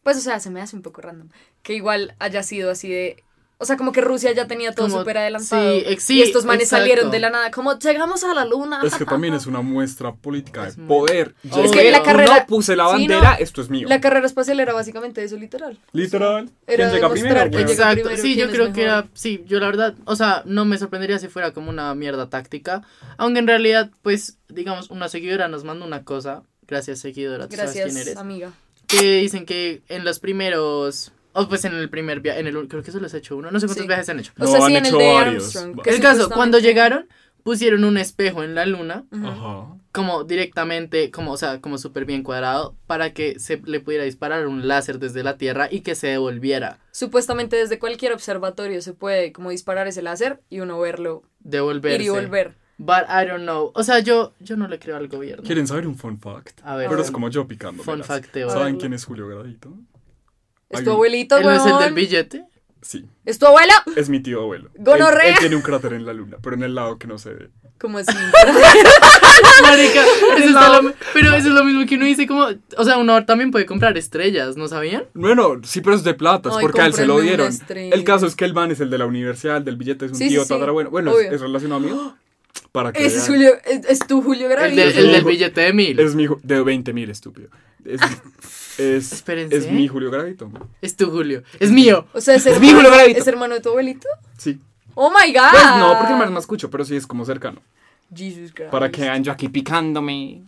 S3: Pues, o sea, se me hace un poco random. Que igual haya sido así de. O sea, como que Rusia ya tenía todo
S4: Como-
S3: súper adelantado.
S4: sí, ex- sí,
S3: y estos manes
S4: exacto.
S3: salieron de la nada. Como llegamos a la luna.
S2: es que también es una muestra política
S4: Es
S2: de
S4: muy-
S2: poder.
S4: Es que la
S2: No
S3: carrera-
S2: puse la
S3: Sí,
S2: bandera,
S3: no.
S2: esto es mío.
S3: La carrera espacial era básicamente eso, literal.
S2: Literal.
S3: Era
S2: ¿Quién llega primero?
S3: demostrar que
S2: weón?
S3: llega-
S4: Exacto,
S3: primero,
S4: sí,
S3: quién
S4: yo
S3: es
S4: creo que
S3: mejor.
S4: era, sí, yo la verdad, o sea, no me sorprendería si fuera como una mierda táctica, aunque en realidad, pues, digamos, una seguidora nos mandó una cosa, gracias seguidora, tú sabes quién
S3: Gracias,
S4: eres,
S3: amiga.
S4: que dicen que en los primeros, o pues en el primer viaje, en el, un- creo que solo les ha hecho uno, no sé cuántos
S3: Sí.
S4: viajes han hecho.
S2: No, han hecho varios.
S3: que
S4: El caso,
S3: supuestamente-
S4: cuando llegaron, pusieron un espejo en la luna,
S3: Ujú.
S2: Ajá.
S4: como directamente, como, o sea, como súper bien cuadrado, para que se le pudiera disparar un láser desde la Tierra y que se devolviera,
S3: Supuestamente desde cualquier observatorio se puede como disparar ese láser y uno verlo
S4: devolverse.
S3: ir y volver.
S4: But I don't know. O sea, yo, yo no le creo al gobierno.
S2: ¿Quieren saber un fun fact?
S4: A ver,
S2: Pero es
S4: fun-
S2: como yo picando.
S4: fun
S2: velas.
S4: facteo.
S2: ¿Saben
S3: A
S2: quién es Julio Gradito?
S3: Es
S2: Hay
S3: tu
S2: un-
S3: abuelito,
S4: ¿Él no es el del
S3: weón.
S4: billete?
S2: Sí,
S3: ¿Es tu abuela?
S2: es mi tío abuelo. Él-
S3: ¡Gonorrea!
S2: Él, tiene un cráter en la luna, pero en el lado que no se ve.
S3: Como así.
S4: Marica, eso está lo mi- pero eso es lo mismo que uno dice como... O sea, uno también puede comprar estrellas, ¿no sabían?
S2: Bueno, sí, pero es de platas,
S3: Ay,
S2: porque a él se lo
S3: cómprenme una
S2: dieron.
S3: estrella.
S2: El caso es que el man es el de la universidad, el del billete es un
S3: Sí, sí,
S2: tío
S3: sí,
S2: tatarabuelo. Bueno, es,
S3: obvio.
S2: es relacionado mío. Para que
S3: Ese es
S2: vean.
S3: Julio, es, es tu Julio
S4: El,
S3: Gravito.
S4: de- el del
S2: Ojo.
S4: billete de mil.
S2: Es mi ju- de 20 mil, estúpido. Es, es,
S4: Espérense.
S2: es
S3: ¿eh?
S2: mi Julio Gradito.
S4: Es tu Julio. Es mío.
S3: O sea, es,
S2: Es
S3: hermano-
S2: mi Julio Gravito.
S3: ¿Es hermano de tu abuelito?
S2: Sí.
S3: Oh my god.
S2: Pues no, porque el man es más cucho, pero sí es como cercano.
S3: Jesus Christ.
S2: Para que vean yo aquí picándome.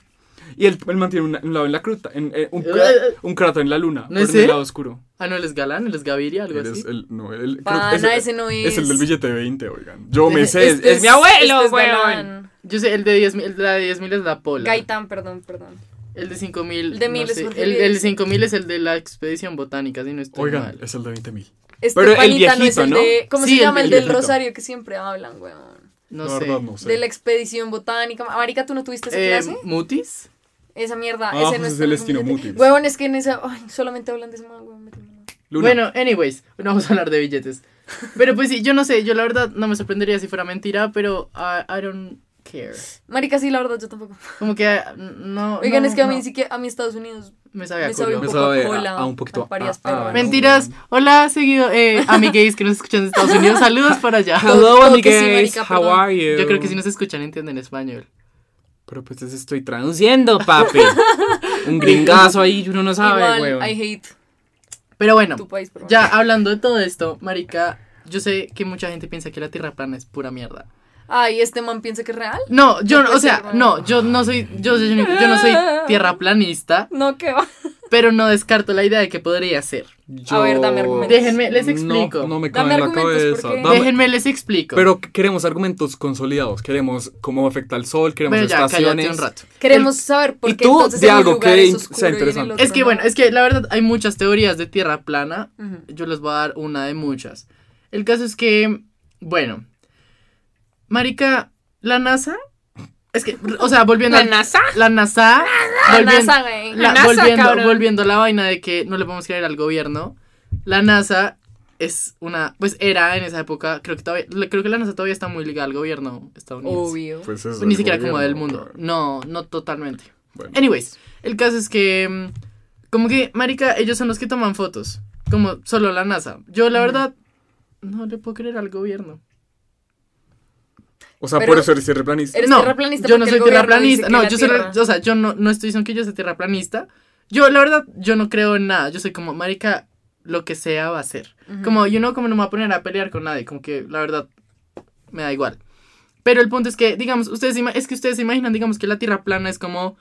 S2: Y él, él mantiene una- un lado en la cruta, en, eh, un,
S4: Eh,
S2: cra-
S4: eh.
S2: un cráter en la luna,
S4: ¿No
S2: pero
S4: es
S2: en el
S4: él?
S2: lado oscuro.
S4: Ah, no, él es Galán, él es Gaviria, algo
S2: Él
S4: así.
S2: es el- no, él- creo que
S3: Pana,
S2: es-
S3: ese no
S2: Es el del
S3: es.
S2: billete de 20, oigan. Yo me sé, es,
S3: Este
S2: es mi abuelo,
S3: este es
S2: weón.
S3: Galán.
S4: Yo sé, el de 10 mil, la de 10 mil es la Pola.
S3: Gaitán, perdón, perdón.
S4: El de 5 mil.
S3: El de mil es Jorge
S4: el,
S3: Luis.
S4: el de 5 mil es el de la expedición botánica, si no estoy
S2: Oigan,
S4: mal.
S2: es el de 20 mil.
S3: Este
S2: Pero el
S3: panita no es
S2: viejito,
S3: el
S2: ¿no?
S3: de. ¿Cómo
S4: Sí,
S3: se
S4: el
S3: llama? El, del
S2: viejito.
S3: Rosario que siempre hablan, weón.
S4: No
S2: La
S4: sé.
S2: verdad, no sé.
S3: De la expedición botánica. Marica, ¿tú no tuviste esa
S4: Eh,
S3: clase?
S4: ¿Mutis?
S3: Esa mierda.
S2: Ah,
S3: ese
S2: pues
S3: no
S2: es
S3: está
S2: el
S3: en
S2: estilo
S3: billete.
S2: mutis.
S3: Huevón, es que en esa. Ay, solamente hablan de ese man, huevón, me tiene mal.
S2: Luna.
S4: Bueno, anyways, no vamos a hablar de billetes. Pero pues sí, yo no sé, yo la verdad no me sorprendería si fuera mentira, pero I, I don't care.
S3: Marica, sí, la verdad, yo tampoco.
S4: Como que ah, no.
S3: Oigan,
S4: no,
S3: es que a mí
S4: no.
S3: ni siquiera. A mí Estados Unidos.
S4: Me sabe a
S3: Me sabe
S4: culo.
S3: un
S2: Me
S3: poco a
S2: sabe a-
S3: cola.
S2: a un poquito
S3: varias
S2: a- ah, a-
S3: perras.
S2: Men-
S4: Mentiras. Hola, seguido. Eh, amigues que nos escuchan de Estados Unidos, saludos para allá.
S3: Todo-
S2: Hello,
S3: todo que sí,
S2: amigues.
S3: marica,
S2: How
S3: perdón.
S2: are you?
S4: Yo creo que si nos escuchan entienden español.
S2: Pero pues eso estoy traduciendo, papi. Un gringazo ahí, uno no sabe,
S3: Igual,
S2: weón.
S3: I hate
S4: Pero bueno,
S3: tu país, pero
S4: ya hablando de todo esto, marica, yo sé que mucha gente piensa que la Tierra plana es pura mierda.
S3: bueno. Ay, este man piensa que es real.
S4: No, yo
S3: No
S4: no,
S3: puede
S4: o sea,
S3: ser,
S4: no, yo no soy, yo, yo, yo no soy tierraplanista,
S3: No, que va.
S4: pero no descarto la idea de que podría ser.
S2: Yo-
S3: ver, dame argumentos.
S4: Déjenme, les
S2: No,
S4: explico.
S2: No, me
S3: Dame
S2: cabe en la
S3: argumentos,
S2: cabeza.
S3: porque-
S2: Dame-
S4: Déjenme les explico.
S2: Pero queremos argumentos consolidados. Queremos cómo afecta el sol, queremos
S4: bueno, ya, cállate
S2: estaciones.
S4: un rato.
S3: Queremos saber por
S2: y
S3: qué
S2: tú,
S3: entonces
S2: de
S3: en un
S2: algo
S3: lugar
S2: que
S3: es
S2: in-
S3: oscuro y
S2: sea
S3: en el
S2: interesante.
S3: otro
S4: Es que
S3: no.
S4: bueno, es que la verdad hay muchas teorías de tierra plana.
S3: Ujú.
S4: Yo les voy a dar una de muchas. El caso es que, bueno, Marica, la NASA. Es que, o sea, volviendo
S5: ¿La
S4: al-
S5: NASA?
S4: La NASA. volviendo-
S3: NASA, güey.
S4: la-
S5: NASA,
S4: volviendo,
S5: cabrón.
S4: volviendo a la vaina de que no le podemos creer al gobierno. La NASA es una. Pues era en esa época. Creo que todavía. la- Creo que la NASA todavía está muy ligada al gobierno estadounidense.
S3: Obvio.
S2: Pues es
S4: Ni
S2: del
S4: siquiera como
S2: gobierno,
S4: del mundo.
S2: claro.
S4: No, no totalmente.
S2: Bueno.
S4: Anyways, el caso es que. mm, Como que, Marica, ellos son los que toman fotos. Como solo la NASA. Yo, la verdad, no le puedo creer al gobierno.
S2: O sea,
S3: Pero-
S2: por eso eres tierraplanista.
S3: Eres
S4: no,
S3: tierraplanista
S4: yo no
S3: porque
S4: soy
S3: el gobierno dice
S4: tierraplanista.
S3: que
S4: No,
S3: la
S4: yo, soy,
S3: tierra-
S4: o sea, yo no, no estoy diciendo que yo sea tierraplanista. Yo, la verdad, yo no creo en nada. Yo soy como, Marica, lo que sea va a ser.
S3: Ujú.
S4: Como, yo no, como no me voy a poner a pelear con nadie. Como que, la verdad, me da igual. Pero el punto es que, digamos, ustedes ima- es que ustedes se imaginan, digamos, que la Tierra plana es como,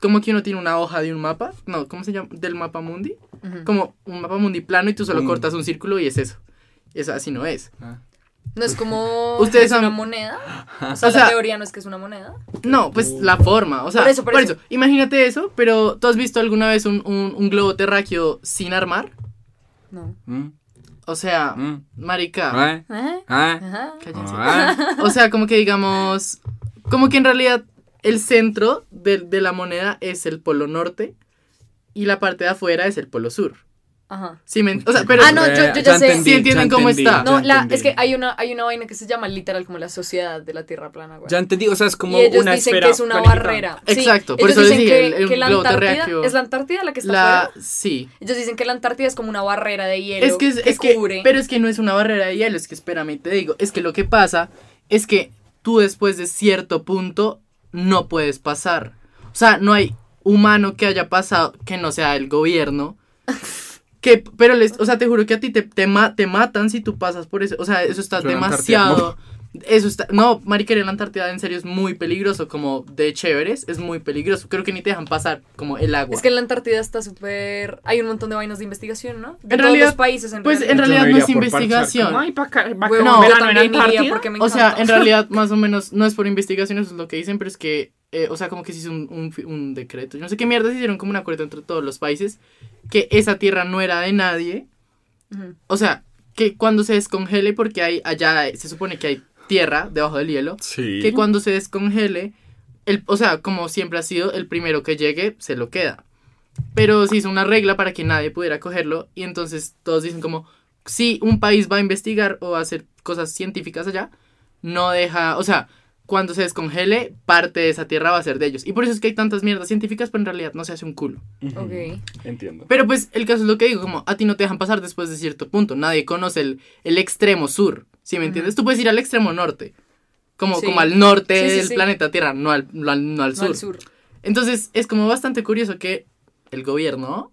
S4: como que uno tiene una hoja de un mapa. No, ¿cómo se llama? Del mapa mundi.
S3: Ujú.
S4: Como un mapa mundi plano y tú solo
S2: Un-
S4: cortas un círculo y es eso. Eso así no es.
S2: Ah.
S3: No es como
S4: Ustedes
S3: ¿es una
S4: han-
S3: moneda. O sea,
S4: O
S3: la
S4: sea,
S3: teoría no es que es una moneda.
S4: no, pues la forma. O sea,
S3: Por eso, por eso.
S4: Imagínate eso, pero ¿tú has visto alguna vez un, un- un globo terráqueo sin armar?
S3: No.
S2: Mm,
S4: O sea,
S2: mm,
S4: marica.
S2: ah,
S3: ¿Eh?
S2: ah,
S3: Ajá.
S4: cállense.
S2: ah.
S4: O sea, como que digamos, como que en realidad el centro de, de la moneda es el polo norte y la parte de afuera es el polo sur.
S3: Ajá.
S4: Sí, me, o sea, pero
S3: Ah, no, yo- yo ya sé.
S2: entendí,
S4: Sí entienden
S2: ya
S4: cómo
S2: entendí, ya
S4: está.
S3: No, la,
S2: entendí.
S3: es que hay una, hay una vaina que se llama literal como la sociedad de la Tierra plana, güey.
S2: Ya entendí, o sea, es como
S3: y ellos
S2: una
S3: dicen
S2: esfera
S3: que es una
S2: planificada.
S3: barrera.
S4: Exacto,
S3: Sí,
S4: por
S3: ellos
S4: eso
S3: dicen
S4: decía,
S3: que,
S4: el- el
S3: que la
S4: globo
S3: Antártida
S4: terráqueo.
S3: es la Antártida la que está
S4: la
S3: afuera.
S4: sí.
S3: Ellos dicen que la Antártida es como una barrera de hielo
S4: Es que es, es que
S3: cubre.
S4: pero es que no es una barrera de hielo, es que espérame y te digo, es que lo que pasa es que tú después de cierto punto no puedes pasar. O sea, no hay humano que haya pasado que no sea el gobierno. Que, pero les, o sea, te juro que a ti te, te, ma- te matan si tú pasas por eso. O sea, eso está
S2: Yo en la Antártida,
S4: demasiado. Eso está. No, marica, en la Antártida en serio es muy peligroso. Como de chéveres, es muy peligroso. Creo que ni te dejan pasar como el agua.
S3: Es que en la Antártida está súper... Hay un montón de vainas de investigación, ¿no? De
S4: En
S3: todos
S4: realidad-
S3: los países, en
S4: pues
S3: realidad.
S4: en
S2: Yo
S4: realidad
S2: no
S4: no
S2: iría
S4: es
S2: por parchar,
S4: investigación.
S5: Ay, pa' acá, pa' acá,
S3: Huevón,
S4: no,
S5: en
S3: yo
S5: verano en
S3: también iría
S5: Antártida.
S3: porque me
S4: O
S3: encanta.
S4: sea, en realidad, más o menos, no es por investigación, eso es lo que dicen, pero es que, eh, o sea, como que se hizo un, un fi- un decreto. Yo no sé qué mierda se hicieron como un acuerdo entre todos los países que esa tierra no era de nadie.
S3: Ujú.
S4: O sea, que cuando se descongele, porque hay allá eh, se supone que hay tierra debajo del hielo,
S2: Sí.
S4: que cuando se descongele, el, o sea, como siempre ha sido, el primero que llegue se lo queda. Pero se hizo una regla para que nadie pudiera cogerlo y entonces todos dicen como, si un país va a investigar o va a hacer cosas científicas allá, no deja, o sea, cuando se descongele, parte de esa tierra va a ser de ellos. Y por eso es que hay tantas mierdas científicas, pero en realidad no se hace un culo.
S2: Ujú,
S3: Ok.
S2: Entiendo.
S4: Pero pues el caso es lo que digo, como a ti no te dejan pasar después de cierto punto. Nadie conoce el, el extremo sur, ¿sí me entiendes? Tú puedes ir al extremo norte, como,
S3: Sí.
S4: como al norte
S3: Sí, sí,
S4: del
S3: sí.
S4: planeta Tierra, no al, no al, no al
S3: No
S4: sur.
S3: al sur.
S4: Entonces es como bastante curioso que el gobierno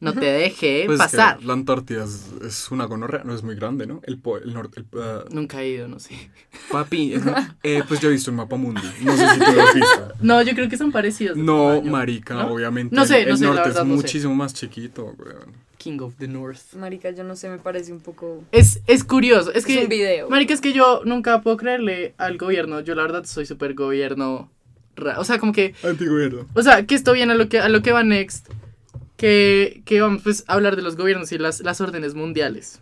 S4: no te deje
S2: Pues es que
S4: pasar.
S2: la Antártida es, es una gonorrea, no es muy grande, ¿no? El, po- el norte. el- ah,
S4: Nunca he ido, no sé.
S2: papi, es- eh, pues yo he visto un mapa mundi. No sé si tú lo has visto.
S4: No, yo creo que son parecidos. de
S2: No,
S4: tamaño,
S2: marica,
S4: ¿no?
S2: obviamente.
S4: No sé,
S2: el
S4: no sé, la
S2: norte
S4: verdad
S2: es
S4: no sé.
S2: muchísimo más chiquito, weón.
S4: King of the North.
S3: Marica, yo no sé, me parece un poco...
S4: Es, es curioso. Es,
S3: Es
S4: que,
S3: un video.
S4: Marica, es que yo nunca puedo creerle al gobierno. Yo, la verdad, soy súper gobierno. ra- O sea, como que
S2: Antigobierno.
S4: O sea, que esto viene a lo que, a lo que va next. Que, que vamos pues, a hablar de los gobiernos y las, las órdenes mundiales.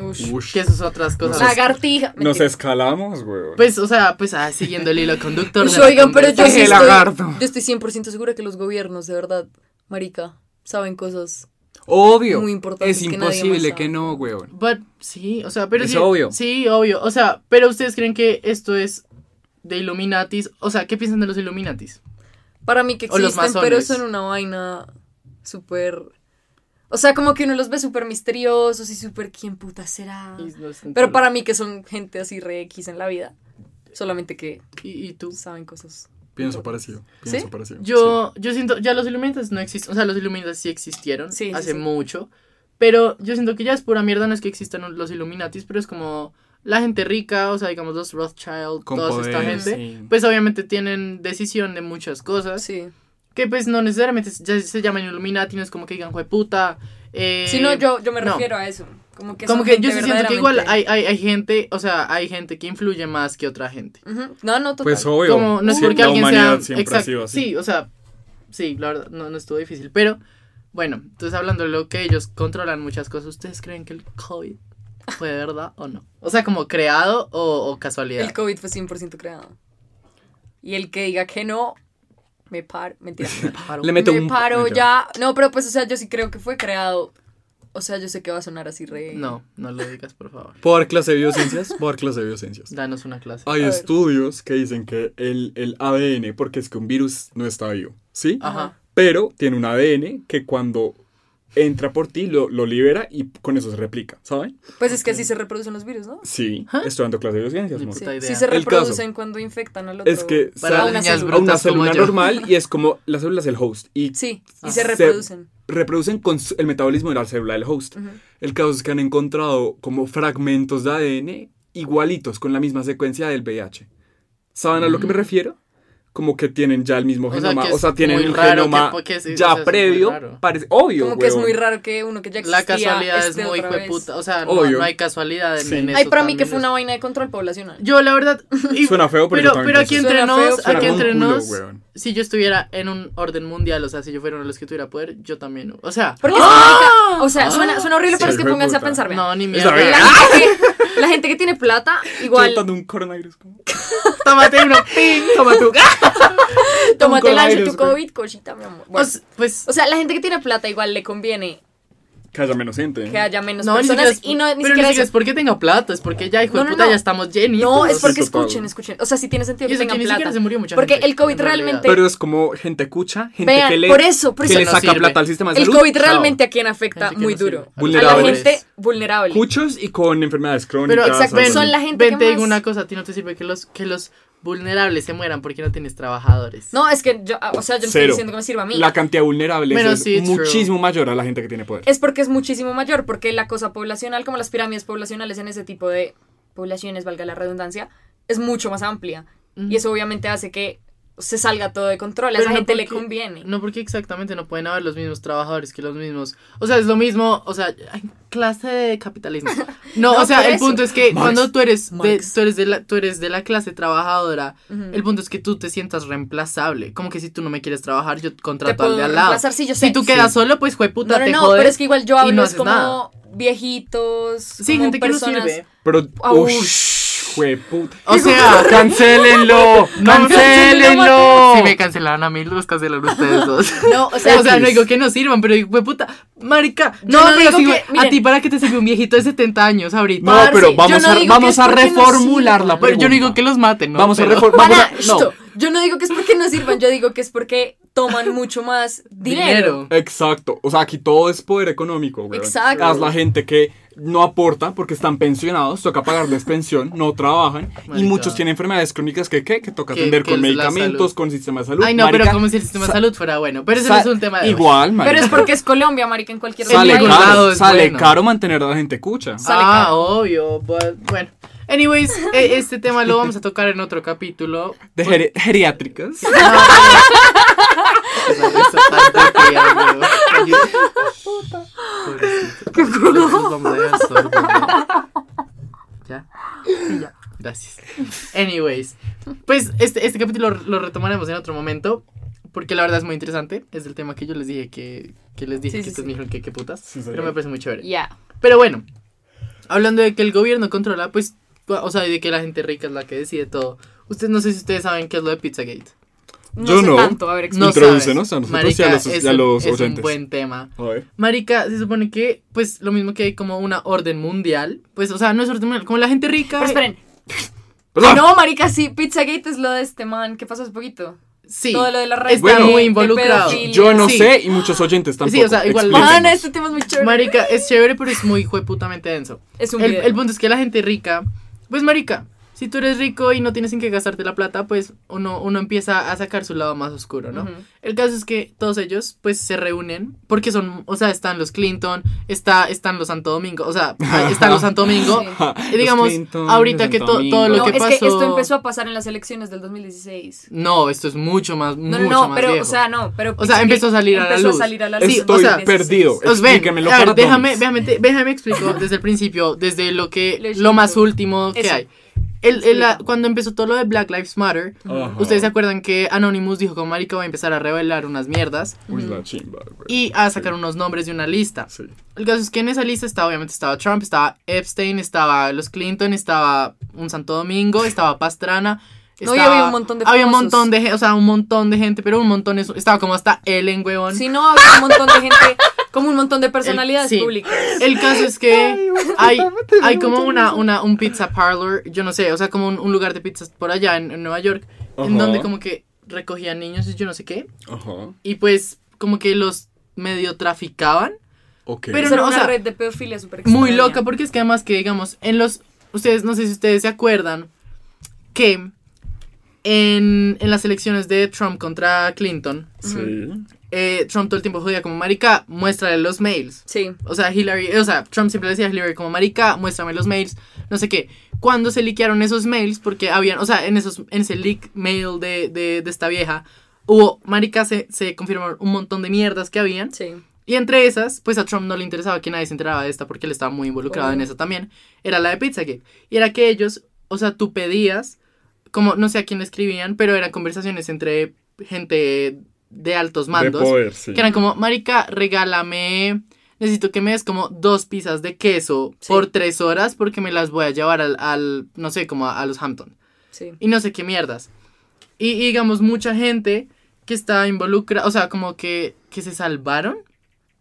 S3: Ush.
S2: Ush.
S4: Que esas son otras cosas.
S2: Entonces-
S3: Lagartija.
S2: Nos
S3: Mentira.
S2: escalamos, weón.
S4: Pues, o sea, pues ah, siguiendo el hilo conductor. de
S3: Ush,
S4: la
S3: oigan, pero yo sí
S2: Ese
S4: conversación.
S3: estoy,
S2: lagarto.
S3: yo estoy 100% segura que los gobiernos, de verdad, marica, saben cosas.
S2: Obvio.
S3: Muy importante,
S2: es
S3: es que nadie más
S2: imposible
S3: sabe.
S2: que no, weón.
S4: But, sí, o sea, pero
S2: Es
S4: sí,
S2: obvio.
S4: Sí, obvio. O sea, pero ustedes creen que esto es de Illuminatis. O sea, ¿qué piensan de los Illuminatis?
S3: Para mí que
S4: O los
S3: existen, pero
S4: masones.
S3: son una vaina súper... O sea, como que uno los ve súper misteriosos y súper quién puta será.
S4: Y no
S3: Pero
S4: están claros.
S3: para mí que son gente así re X en la vida. Solamente que
S4: ¿Y, y tú?
S3: saben cosas.
S2: Pienso parecido.
S3: ¿Sí?
S2: Pienso parecido.
S4: Yo, yo siento, ya los Illuminatis no existen, o sea, los Illuminatis sí existieron
S3: Sí, sí,
S4: hace
S3: sí.
S4: mucho, pero yo siento que ya es pura mierda, no es que existan los Illuminatis, pero es como la gente rica, o sea, digamos los Rothschild,
S2: Con
S4: toda
S2: poder,
S4: esta gente,
S2: sí.
S4: pues obviamente tienen decisión de muchas cosas,
S3: Sí.
S4: que pues no necesariamente es- ya se llaman Illuminati, no es como que digan jueputa. Eh,
S3: Si no, yo, yo me
S4: no.
S3: refiero a eso. Como que,
S4: Como
S3: son
S4: que yo sí
S3: gente
S4: siento que igual hay,
S3: verdaderamente-
S4: hay, hay gente, o sea, hay gente que influye más que otra gente.
S3: Ujú. No, no, total.
S2: Pues obvio.
S4: Como, no es
S2: sí,
S4: porque
S2: la
S4: alguien
S2: humanidad
S4: sea.
S2: siempre ha
S4: exacto,
S2: sido así.
S4: Sí, o sea, sí, la verdad, no, no estuvo difícil. Pero, bueno, entonces hablando de lo que ellos controlan muchas cosas, ¿ustedes creen que el COVID fue de verdad o no? O sea, como creado o, o casualidad.
S3: El COVID fue 100% creado. Y el que diga que no, me paro. Mentira.
S4: Paro.
S2: Le meto
S3: me
S2: un-
S3: paro
S2: mentira.
S3: ya. No, pero pues, o sea, yo sí creo que fue creado. O sea, yo sé que va a sonar así re.
S4: No, no lo digas, por favor.
S2: ¿Puedo dar clase de biociencias? Puedo dar clase de biociencias.
S4: Danos una clase.
S2: Hay
S3: A ver.
S2: estudios que dicen que el, el ADN, porque es que un virus no está vivo, ¿sí?
S4: Ajá.
S2: Pero tiene un ADN que cuando entra por ti lo, lo libera y con eso se replica, ¿saben?
S3: Pues es que así se reproducen los virus, ¿no?
S2: Sí,
S4: ¿Ah?
S2: estoy dando clase de biociencias,
S4: Ni
S2: amor.
S3: Sí,
S4: Puta idea.
S3: sí se
S2: El
S3: reproducen cuando infectan al otro.
S2: Es que
S4: Para
S3: a
S2: sale
S3: una
S4: niñas
S2: a
S3: célula.
S2: una
S4: brutas como
S2: célula
S4: yo.
S2: normal y es como la célula es el host y
S3: Sí, y
S4: Ah.
S3: se
S2: Se-
S3: reproducen.
S2: reproducen con su- el metabolismo de la célula del host.
S3: Ujú.
S2: El caso es que han encontrado como fragmentos de ADN igualitos con la misma secuencia del VIH. ¿Saben a lo que
S3: Mm.
S2: me refiero? Como que tienen ya el mismo
S4: O sea,
S2: genoma,
S4: que es
S2: o sea, tienen
S4: muy
S2: un
S4: raro
S2: genoma
S4: que- que sí, o
S2: ya
S4: sea, es muy
S2: previo,
S4: raro.
S2: parece obvio,
S3: Como que es
S2: huevón.
S3: muy raro que uno que ya existía
S4: La casualidad es
S3: esté
S4: muy
S3: otra vez.
S4: jueputa. O sea, no,
S2: Obvio.
S4: no hay casualidad en,
S2: Sí.
S4: en
S2: Ay,
S4: eso.
S3: Ay, para mí que
S4: también
S3: fue
S4: es-
S3: una vaina de control poblacional.
S4: Yo, la verdad. y-
S2: Suena feo, pero yo
S4: pero,
S2: también
S4: pero aquí
S2: pienso
S4: entre
S3: eso.
S4: nos,
S3: Suena feo,
S4: aquí
S3: pero-
S4: entre
S2: Suena como un
S4: nos,
S2: culo, weón.
S4: si yo estuviera en un orden mundial, o sea, si yo fuera uno de los que tuviera poder, yo también. O sea,
S3: Porque es marica, o sea, suena, suena horrible,
S2: ¡Ah! Sí,
S3: pero es que
S2: hijo de
S3: pónganse a
S2: puta.
S3: pensar, vean.
S4: no, ni
S2: Es la
S4: mierda.
S2: verga.
S3: La gente, que, la gente que tiene plata, igual,
S2: Tratando un coronavirus. como-
S4: Tómate uno. ping, toma tu-
S3: tómate el ancho
S2: coronavirus,
S3: tu
S2: güey.
S3: COVID, cosita, mi amor.
S4: O
S3: Bueno,
S4: s- Pues,
S3: o sea, la gente que tiene plata, igual le conviene
S2: Que haya menos gente. ¿eh?
S3: que haya menos
S4: Mm. no, ni siquiera
S3: personas
S4: es,
S3: y no, ni
S4: pero
S3: siquiera
S4: es
S3: eso.
S4: porque tenga plata, es porque ya, hijo
S3: No,
S4: de
S3: no,
S4: puta,
S3: no.
S4: ya estamos llenos.
S3: No, es
S2: Sí,
S3: porque
S2: total.
S3: escuchen, escuchen. O sea, sí tiene sentido
S4: Y
S3: que
S4: eso que
S3: tengan
S4: ni siquiera
S3: plata.
S4: se murió mucha
S3: Porque
S4: gente,
S3: el COVID
S4: en realidad.
S3: realmente.
S2: Pero es como gente cucha, gente
S3: Vean,
S2: que le,
S3: por eso, por
S2: que
S3: eso
S2: le
S4: no
S2: saca
S4: sirve.
S2: plata al sistema de
S3: el
S2: salud.
S3: COVID
S2: Chao.
S3: realmente a quien afecta
S4: Gente que
S3: muy
S4: no
S3: duro.
S4: sirve.
S3: A la
S2: Vulnerables.
S3: gente vulnerable.
S2: Cuchos y con enfermedades crónicas.
S4: Pero
S2: algo
S4: exacto, ven,
S3: Son
S2: así.
S3: la gente
S4: ven,
S3: que
S4: te digo
S3: más-
S4: una cosa, a ti no te sirve que los, que los vulnerables se mueran porque no tienes trabajadores.
S3: No, es que yo, ah, o sea, yo no estoy
S2: Cero.
S3: diciendo que me sirva a mí.
S2: La cantidad vulnerable
S4: Bueno,
S2: es
S4: sí, it's true.
S2: muchísimo mayor a la gente que tiene poder.
S3: Es porque es muchísimo mayor, porque la cosa poblacional, como las pirámides poblacionales en ese tipo de poblaciones, valga la redundancia, es mucho más amplia.
S4: Ujú.
S3: Y eso obviamente hace que se salga todo de control. A
S4: Pero
S3: esa
S4: no
S3: gente le
S4: porque-
S3: conviene.
S4: No, porque exactamente no pueden haber los mismos trabajadores que los mismos. O sea, es lo mismo, o sea, ay, clase de capitalismo. No,
S3: No,
S4: o sea,
S3: por
S4: el
S3: eso.
S4: punto es que
S2: Marx.
S4: cuando tú eres, de,
S3: Marx.
S4: tú, eres de la, tú eres de la clase trabajadora,
S3: Ujú.
S4: el punto es que tú te sientas reemplazable. Como que si tú no me quieres trabajar, yo
S3: Te
S4: contrato al
S3: puedo
S4: de al lado.
S3: reemplazar, sí, yo sé.
S4: Si tú quedas solo, pues jueputa,
S3: no, no,
S4: te
S3: no,
S4: jodes.
S3: pero es que igual yo
S4: y
S3: hablo
S4: no
S3: es
S4: haces
S3: como
S4: nada.
S3: viejitos,
S4: sí,
S3: como
S4: gente
S3: personas.
S4: que no sirve.
S2: Pero,
S3: Ah,
S2: uy, jueputa.
S4: O sea, cancelenlo,
S3: cancelenlo.
S4: cancelenlo. Si me cancelaron a mí, los cancelaron ustedes dos.
S3: No, o
S4: O sea,
S3: sea,
S4: no digo que no sirvan, pero digo, puta, marica.
S3: Yo
S4: No,
S3: no
S4: pero
S3: digo
S4: si,
S3: que-
S4: a
S3: miren.
S4: ti para que te sirve un viejito de 70 años ahorita.
S2: No,
S3: Parce,
S2: pero
S3: yo
S2: vamos
S3: no
S2: a,
S3: digo que
S2: vamos
S3: es
S2: a
S3: porque no
S2: reformular la
S3: sirvan.
S4: Pero
S2: pregunta.
S4: yo no digo que los maten, ¿no?
S2: Vamos a
S4: Pero-
S2: reformular.
S3: Para,
S2: No.
S3: esto, yo no digo que es porque no sirvan, yo digo que es porque toman mucho más dinero.
S4: Dinero.
S2: Exacto. O sea, aquí todo es poder económico, güey.
S3: Exacto.
S2: Haz la gente que no aporta porque están pensionados, toca pagarles pensión, no trabajan. Y
S4: Marica.
S2: muchos tienen enfermedades crónicas que, ¿qué? Que toca
S4: Que-
S2: atender
S4: que
S2: con
S4: es la
S2: medicamentos,
S4: salud.
S2: con sistema de salud.
S4: Ay, no, pero
S2: marica,
S4: como si el sistema
S2: sa-
S4: de salud fuera bueno. Pero ese no
S2: sa-
S4: es un tema de.
S2: Igual, marica.
S3: Pero es porque es Colombia, marica, en cualquier otro
S2: sale
S4: Sale ningún
S3: país.
S2: caro,
S4: lado es
S2: sale
S4: bueno.
S2: caro mantener a la gente cucha.
S3: sale
S4: ah,
S3: caro.
S4: obvio. but- bueno. Anyways, e- este tema lo vamos a tocar en otro capítulo.
S2: De geri- geriátricas.
S4: Ya. Ya. Gracias. Anyways, pues este, este capítulo lo retomaremos en otro momento. Porque la verdad es muy interesante. Es el tema que yo les dije que, que les dije
S3: Sí,
S4: que
S3: sí,
S4: ustedes me
S3: sí.
S4: dijeron que qué putas.
S2: Sí,
S4: pero
S2: señor.
S4: me parece muy chévere.
S3: Ya.
S4: Pero bueno, hablando de que el gobierno controla, pues, o sea, y de que la gente rica es la que decide todo. Ustedes no sé si ustedes saben qué es lo de Pizzagate.
S3: No
S2: Yo
S3: sé
S2: no.
S3: tanto, a ver, explica.
S4: No
S2: Introdúcenos
S4: sabes.
S2: a nosotros y a
S4: Marica,
S2: los- y a
S4: es un-
S2: los
S4: es un
S2: oyentes.
S4: buen tema.
S2: A ver.
S4: Marica, se supone que, pues, lo mismo que hay como una orden mundial. Pues, o sea, no es orden mundial, como la gente rica.
S3: Pero esperen.
S2: Perdón.
S3: No, marica, sí, Pizzagate es lo de este man que pasó hace poquito.
S4: Sí.
S3: Todo lo de la red
S4: Está
S3: de-
S4: muy
S3: de
S4: involucrado.
S3: pedofilia.
S2: Yo no
S4: Sí.
S2: sé y muchos oyentes tampoco.
S4: o sea, igual-
S2: Explíquenos.
S3: Mana, este tema es muy chévere.
S4: Marica, es chévere, pero es muy hijueputamente denso.
S3: es un
S4: El,
S3: video.
S4: el punto es que la gente rica, pues, marica, si tú eres rico y no tienes en qué gastarte la plata, pues uno, uno empieza a sacar su lado más oscuro, ¿no?
S3: Ujú.
S4: El caso es que todos ellos, pues, se reúnen, porque son, o sea, están los Clinton, está, están los Santo Domingo, o sea, ahí están los Santo Domingo.
S3: Sí.
S4: Y digamos, ahorita que to- todo lo
S3: No,
S4: que
S3: es
S4: pasó-
S3: que esto empezó a pasar en las elecciones del 2016.
S4: No, esto es mucho más,
S3: No,
S4: mucho
S3: no, no,
S4: más
S3: pero,
S4: viejo.
S3: o sea, no, pero...
S4: O sea,
S3: piensa
S4: empezó
S3: que
S4: a salir a la
S3: empezó
S4: luz.
S3: salir a la luz
S4: Sí,
S3: en
S4: o
S2: Estoy
S4: sea,
S3: 2016.
S2: perdido.
S4: Os ven,
S2: Explíquemelo
S4: a ver,
S2: para
S4: déjame,
S2: Tommy.
S4: déjame, te- déjame explico desde el principio, desde lo que,
S3: Les
S4: lo más
S3: explico.
S4: último que
S3: Eso.
S4: hay. El, el- la-
S3: Explica.
S4: cuando empezó todo lo de Black Lives Matter,
S2: Ajá.
S4: ustedes se acuerdan que Anonymous dijo como marica voy a empezar a revelar unas mierdas
S2: Uy, la chimba, güey.
S4: Mm. y a sacar unos nombres de una lista.
S2: Sí.
S4: El caso es que en esa lista estaba, obviamente, estaba Trump, estaba Epstein, estaba los Clinton, estaba un Santo Domingo, estaba Pastrana.
S3: No, y
S4: estaba-
S3: había un montón de
S4: Había un
S3: famosos.
S4: montón de gente, o sea, un montón de gente, pero un montón, es- estaba como hasta Ellen, huevón.
S3: Si no, había un montón de gente, como un montón de personalidades
S4: Eh, sí. Eh,
S3: públicas.
S4: El caso es que hay, hay como una, una, un pizza parlor, yo no sé, o sea, como un, un lugar de pizzas por allá en, en Nueva York, en
S2: Ajá.
S4: donde como que recogían niños y yo no sé qué,
S2: Ajá.
S4: y pues como que los medio traficaban.
S2: Ok.
S4: Pero
S3: Esa
S4: no,
S3: era
S4: o
S3: una
S4: sea,
S3: red de pedofilia súper
S4: Muy
S3: extraña.
S4: loca, porque es que además que digamos, en los, ustedes, no sé si ustedes se acuerdan, que en, en las elecciones de Trump contra Clinton,
S2: sí.
S4: eh, Trump todo el tiempo jodía como, marica, muéstrale los mails.
S3: Sí.
S4: O sea, Hillary, o sea, Trump siempre le decía a Hillary como marica, muéstrame los mails, no sé qué. Cuando se liquearon esos mails, porque habían, o sea, en esos, en ese leak mail de, de, de esta vieja, hubo, marica, se, se confirmaron un montón de mierdas que habían.
S3: Sí.
S4: Y entre esas, pues a Trump no le interesaba que nadie se enteraba de esta porque él estaba muy involucrado
S3: Obvio.
S4: en eso también. Era la de Pizzagate. Y era que ellos, o sea, tú pedías, como no sé a quién le escribían, pero eran conversaciones entre gente de altos mandos.
S2: De poder, sí.
S4: Que eran como, marica, regálame, necesito que me des como dos pizzas de queso
S3: Sí.
S4: por tres horas porque me las voy a llevar al, al, no sé, como a, a los Hamptons.
S3: Sí.
S4: Y no sé qué mierdas. Y, y digamos, mucha gente que está involucrada, o sea, como que, que se salvaron,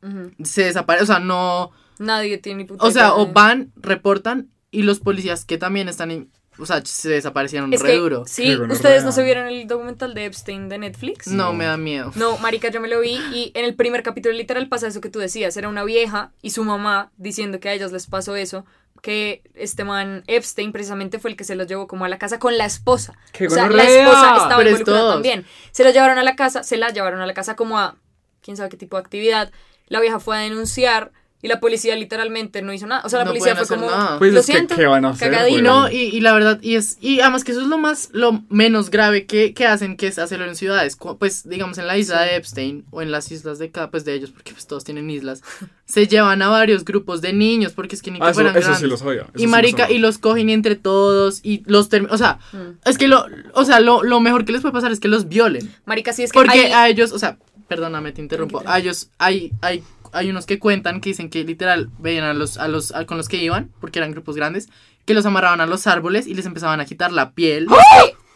S3: Ujú.
S4: se desaparecen, o sea, no,
S3: Nadie tiene ni puta
S4: o sea,
S3: idea
S4: o
S3: de-
S4: van, reportan, y los policías que también están, in- o sea, se desaparecieron
S3: Es
S4: re
S3: que,
S4: duro.
S2: Qué
S3: sí,
S2: gonorrea.
S3: ustedes no se vieron el documental de Epstein de Netflix.
S4: No, me da miedo.
S3: No, marica, yo me lo vi y en el primer capítulo literal pasa eso que tú decías, era una vieja y su mamá diciendo que a ellas les pasó eso, que este man Epstein precisamente fue el que se los llevó como a la casa con la esposa.
S2: ¡Qué
S3: o sea, la
S2: gonorrea!
S3: esposa estaba
S4: Pero es
S3: involucrada
S4: todos.
S3: también. Se la llevaron a la casa, se la llevaron a la casa como a quién sabe qué tipo de actividad. La vieja fue a denunciar y la policía literalmente no hizo nada. O sea, la
S4: No
S3: policía
S4: pueden
S3: fue
S4: hacer
S3: como
S4: nada.
S2: Pues
S3: lo
S2: es que,
S3: siento,
S2: ¿qué van a hacer,
S3: cagadín.
S4: Y
S2: güey?
S4: no, y, y la verdad, y es, y además que eso es lo más, lo menos grave que, que hacen, que es hacerlo en ciudades, Cu- pues digamos en la isla de Epstein o en las islas de cada, pues de ellos, porque pues todos tienen islas, se llevan a varios grupos de niños, porque es que ni
S2: Ah,
S4: que
S2: eso,
S4: fueran
S2: eso sí
S4: grandes.
S2: lo sabía. eso sí
S4: y
S2: lo
S4: marica,
S2: sabía.
S4: y los cogen entre todos, y los terminan, o sea,
S3: Mm.
S4: es que lo, o sea, lo, lo mejor que les puede pasar es que los violen.
S3: marica, sí es que
S4: Porque
S3: ahí-
S4: a ellos, o sea, perdóname, te interrumpo.
S3: Tranqui,
S4: A ellos hay, hay, hay unos que cuentan que dicen que literal veían a los, a los a- con los que iban, porque eran grupos grandes, que los amarraban a los árboles y les empezaban a quitar la piel.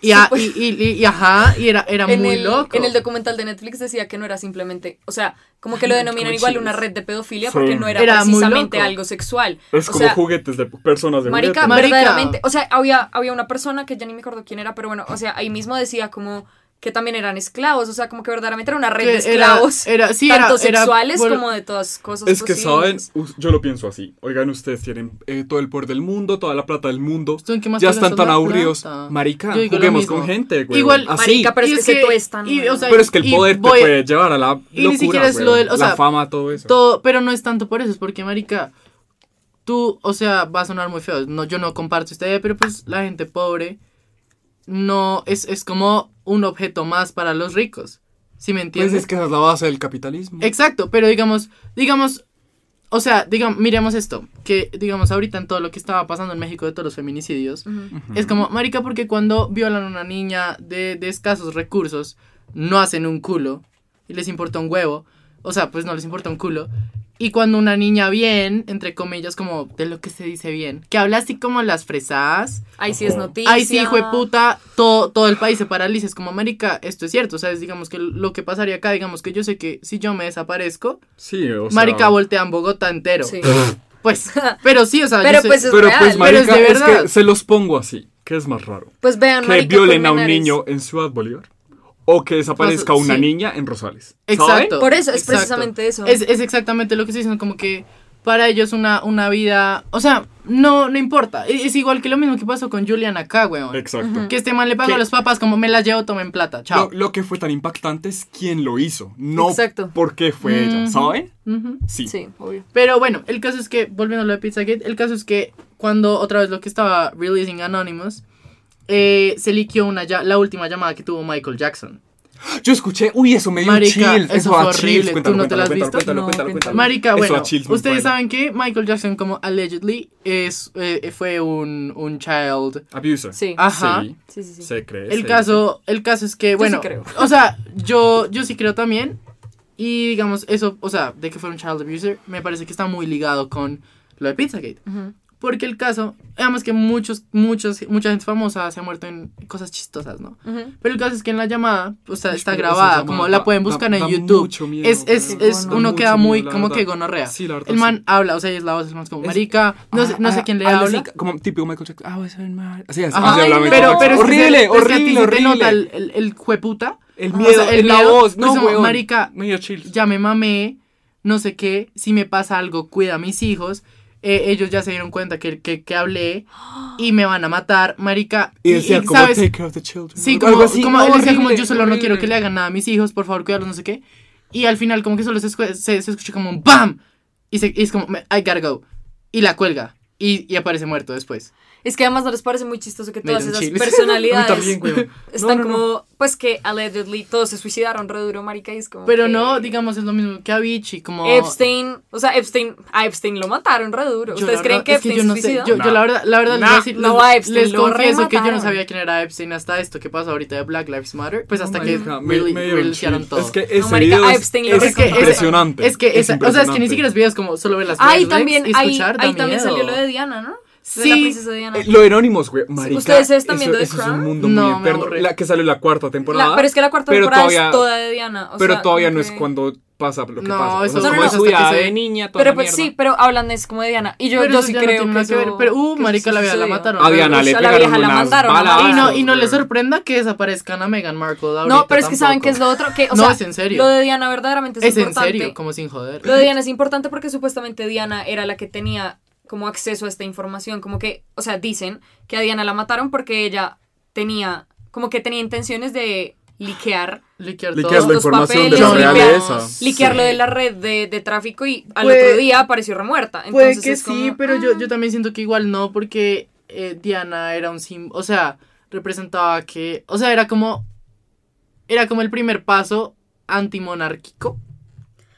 S4: Y, a- y, y- y- y ajá, y era, era
S3: en
S4: muy
S3: el,
S4: loco.
S3: En el documental de Netflix decía que no era simplemente, o sea, como que lo
S4: Ay,
S3: denominan
S4: como
S3: igual una
S4: chidos.
S3: red de pedofilia
S2: Sí.
S3: porque no era,
S4: Era muy
S3: precisamente
S4: loco.
S3: algo sexual.
S2: Es
S3: o
S2: como
S3: sea,
S2: juguetes de personas de
S3: marica,
S2: juguete.
S4: Marica.
S3: verdaderamente, o sea, había, había una persona que ya ni me acuerdo quién era, pero bueno, o sea, ahí mismo decía como que también eran esclavos, o sea, como que verdaderamente era una red
S4: Que
S3: de esclavos,
S4: Era, era, sí, era-
S3: tanto
S4: era-
S3: sexuales
S4: bueno,
S3: como de todas cosas
S2: Es que saben,
S3: posibles.
S2: us- yo lo pienso así. Oigan, ustedes tienen eh, todo el poder del mundo, toda la plata del mundo.
S4: ¿tú en qué más
S2: Ya
S4: te
S2: están
S4: gastas
S2: tan
S4: la
S2: aburridos.
S4: plata?
S2: Marica,
S4: Yo digo lo
S2: juguemos
S4: mismo.
S2: con gente, güey.
S4: Igual,
S2: así.
S3: marica, pero es
S4: Y
S3: que se tuestan,
S4: y, o sea,
S2: Pero es que el
S4: y
S2: poder
S4: voy-
S2: te puede llevar a la locura,
S4: y ni siquiera es
S2: güey,
S4: lo del- o sea,
S2: la fama, todo eso.
S4: todo, pero no es tanto por eso, es porque, marica, tú, o sea, va a sonar muy feo, no, yo no comparto esta idea, pero pues la gente pobre no, es, es como un objeto más para los ricos, si me
S2: Pues
S4: entiendes?
S2: es que esa es la base del capitalismo.
S4: Exacto, pero digamos, digamos, o sea, digamos, miremos esto, que digamos ahorita en todo lo que estaba pasando en México de todos los feminicidios,
S3: Ujú.
S4: es como, marica, porque cuando violan a una niña de, de escasos recursos, no hacen un culo y les importa un huevo. O sea, pues no les importa un culo. Y cuando una niña bien, entre comillas, como de lo que se dice bien, que habla así como las fresadas,
S3: Ahí sí es
S2: Ojo.
S3: noticia.
S4: ahí sí, hijo de puta, todo, todo el país se paraliza. Es como, marica, esto es cierto. O sea, es, digamos que lo que pasaría acá, digamos que yo sé que si yo me desaparezco,
S2: Sí, o sea.
S4: marica voltean Bogotá entero.
S3: Sí.
S4: Pues, pero sí, o sea, yo
S3: Pero
S4: sé-
S3: pues es
S2: Pero
S3: real.
S2: pues,
S4: Pero es
S2: marica,
S4: de
S2: es,
S4: verdad.
S2: que se los pongo así, que es más raro.
S3: pues vean,
S2: Que
S3: marica, pues
S2: violen a un
S3: Colmenares.
S2: niño en Ciudad Bolívar o que desaparezca
S4: Paso-
S2: una
S4: sí.
S2: niña en Rosales. ¿saben?
S4: Exacto.
S3: Por eso, es
S4: exacto.
S3: precisamente eso.
S4: Es, es exactamente lo que se dicen, como que, para ellos una, una vida, o sea, no, no importa. E- Es igual que lo mismo que pasó con Julian acá, weón.
S2: Exacto.
S4: Que este man le pagó
S2: Que-
S4: a los papás como me las llevo, tomen plata, chao.
S2: Lo, lo que fue tan impactante es quién lo hizo, no
S3: Exacto.
S2: por qué fue ella,
S4: Ujú.
S2: ¿saben?
S4: Ujú.
S2: Sí.
S3: Sí, obvio.
S4: Pero bueno, el caso es que, volviendo a lo de Pizzagate, el caso es que cuando otra vez lo que estaba releasing Anonymous, eh, se liqueó una ya- la última llamada que tuvo Michael Jackson.
S2: Yo escuché, uy, eso me dio
S4: Marica,
S2: chills,
S4: eso fue
S2: da
S4: horrible,
S2: chills,
S4: ¿tú
S2: cuéntalo,
S4: no te lo has
S2: cuéntalo,
S4: visto?
S2: cuéntalo,
S3: No,
S2: cuéntalo,
S3: cuéntalo.
S2: cuéntalo.
S4: Marica,
S2: Eso da
S4: bueno,
S2: chills, muy
S4: ustedes
S2: bueno.
S4: saben que Michael Jackson como allegedly es, eh, fue un, un child.
S2: Abuser.
S3: Sí.
S4: Ajá.
S2: Sí,
S3: Sí, sí, sí.
S2: se cree. se
S4: El
S2: dice.
S4: caso, el caso es que,
S3: sí
S4: bueno,
S3: creo.
S4: o sea, yo, yo sí creo también. Y digamos, eso, o sea, de que fue un child abuser, me parece que está muy ligado con lo de Pizzagate.
S3: Ujú.
S4: Porque el caso, además que muchos, muchos, mucha gente famosa se ha muerto en cosas chistosas, ¿no?
S3: Ujú.
S4: Pero el caso es que en la llamada, o sea,
S2: Uy,
S4: está
S2: pero esa
S4: grabada,
S2: llamada
S4: como
S2: da-
S4: la pueden
S2: da-
S4: buscar en
S2: da
S4: YouTube.
S2: mucho miedo,
S4: es, es,
S2: pero
S4: es,
S2: da
S4: uno
S2: mucho
S4: queda muy
S2: miedo, la
S4: como
S2: verdad.
S4: que gonorrea.
S2: Sí, la verdad,
S4: el
S2: sí.
S4: man habla, o sea, y es la voz, el man es como,
S2: Es-
S4: marica, no, sé, no sé
S2: Ah,
S4: quién le
S2: ah,
S4: habla.
S2: así, como típico Michael Jackson. Ah, voy a ser mal. Así, así,
S4: Ajá.
S2: así hablaba Michael
S4: pero,
S2: Jackson.
S4: pero es que se-
S2: horrible,
S4: es que a ti
S2: horrible,
S4: se te
S2: horrible.
S4: nota el, el, el jueputa,
S2: El
S4: o
S2: miedo,
S4: sea, el
S2: en la
S4: miedo,
S2: voz,
S4: pues,
S2: no,
S4: como,
S2: weón.
S4: marica,
S2: Me dio chills.
S4: ya me mamé, no sé qué, si me pasa algo, cuida a mis hijos. Eh, ellos ya se dieron cuenta que, que, que hablé y me van a matar, marica.
S2: Y decía, como,
S4: ¿sabes?
S2: take care of the children.
S4: Sí,
S2: Algo
S4: como,
S2: así,
S4: como
S2: no,
S4: él decía,
S2: horrible,
S4: como yo solo no quiero
S2: horrible.
S4: que le hagan nada a mis hijos, por favor, cuídalos, no sé qué. Y al final, como que solo se, escu- se, se escucha como un ¡BAM! Y, se, y es como, I gotta go. Y la cuelga. Y, y aparece muerto después.
S3: Es que además no les parece muy chistoso que
S4: Me
S3: todas
S4: dieron
S3: esas
S4: chills.
S3: personalidades
S2: A mí también, güey.
S3: están
S2: No, no, no.
S3: como, pues que allegedly todos se suicidaron re duro, marica, y es como
S4: Pero
S3: que
S4: no, digamos, es lo mismo que Avicii, como...
S3: Epstein, o sea, Epstein, a Epstein lo mataron re duro.
S4: Yo
S3: ¿Ustedes
S4: la
S3: creen
S4: verdad-
S3: que
S4: es
S3: Epstein
S4: yo no
S3: se
S4: sé,
S3: suicidó?
S4: yo, yo la verdad, la verdad les voy a
S2: Nah.
S4: decir,
S3: No,
S4: les-
S3: a Epstein
S4: les
S3: lo
S4: confieso que yo no
S3: remataron.
S4: sabía quién era Epstein hasta esto que pasa ahorita de Black Lives Matter, pues hasta
S2: No,
S4: que
S2: marica, me-
S4: really-
S2: me dio
S4: releasearon
S2: chills.
S4: todo.
S2: Es que ese
S3: marica,
S2: video es,
S3: Einstein lo
S2: es
S4: Es que- es-
S2: impresionante.
S4: Es que, esa- o sea, es que ni
S2: impresionante.
S4: siquiera es videos como solo ver las
S3: Ahí
S4: videos
S3: también,
S4: y
S3: ahí,
S4: escuchar, da
S3: ahí también
S4: miedo.
S3: salió lo de Diana, ¿no? De la
S2: Sí.
S3: princesa Diana.
S2: Eh, Lo de Anonymous, güey. Marica,
S3: ¿Ustedes están viendo
S2: eso,
S3: The
S2: eso es
S3: Crown?
S2: un mundo
S4: No,
S2: muy
S4: me
S2: eterno.
S4: aburre.
S2: La que sale la cuarta temporada.
S3: La- pero es que la cuarta
S2: pero
S3: temporada
S2: todavía-
S3: es toda de Diana. o
S2: pero
S3: sea,
S2: todavía
S3: como
S2: no es
S3: que-
S2: cuando pasa lo que
S4: No,
S2: pasa.
S4: eso
S2: o sea,
S3: no,
S2: como
S3: no,
S2: es
S3: no.
S2: su
S5: hasta que
S2: edad
S5: se
S2: de-
S5: ve niña, toda
S3: Pero
S5: la
S3: pues
S5: mierda.
S3: sí, pero hablando es como de Diana. Y yo,
S4: Pero
S3: yo
S4: eso
S3: sí
S4: ya no
S3: creo
S4: tiene
S3: que,
S4: nada que ver,
S3: eso-
S4: pero, uh,
S3: que
S4: marica,
S3: eso
S4: la vieja la
S3: sucedió.
S4: mataron.
S2: A Diana
S3: o
S2: le
S3: sea, la
S2: pegaron
S3: vieja la
S2: unas
S3: mandaron a
S2: balas.
S3: matar.
S4: Y no, y no
S2: güey.
S4: le sorprenda que desaparezcan a Meghan Markle ahorita
S3: No, pero es que saben que es
S4: tampoco.
S3: lo otro. Que, o
S4: No,
S3: sea,
S4: es en serio.
S3: Lo de Diana verdaderamente es,
S4: Es en
S3: importante.
S4: serio, como sin joder.
S3: Lo de Diana es importante porque supuestamente Diana era la que tenía como acceso a esta información, como que, o sea, dicen que a Diana la mataron porque ella tenía, como que tenía intenciones de liquear,
S4: Liquear
S2: Liquear
S4: todo.
S3: estos
S2: la información de
S3: papeles,
S2: la
S3: John Lennon.
S2: realeza.
S3: liquear lo
S4: Sí.
S3: de la red de, de tráfico y al
S4: Puede-
S3: otro día apareció remuerta.
S4: Puede
S3: Entonces
S4: que
S3: es como,
S4: sí, pero yo,
S3: ah,
S4: yo también siento que igual no, porque eh, Diana era un sim, o sea, representaba que, o sea, era como, era como el primer paso antimonárquico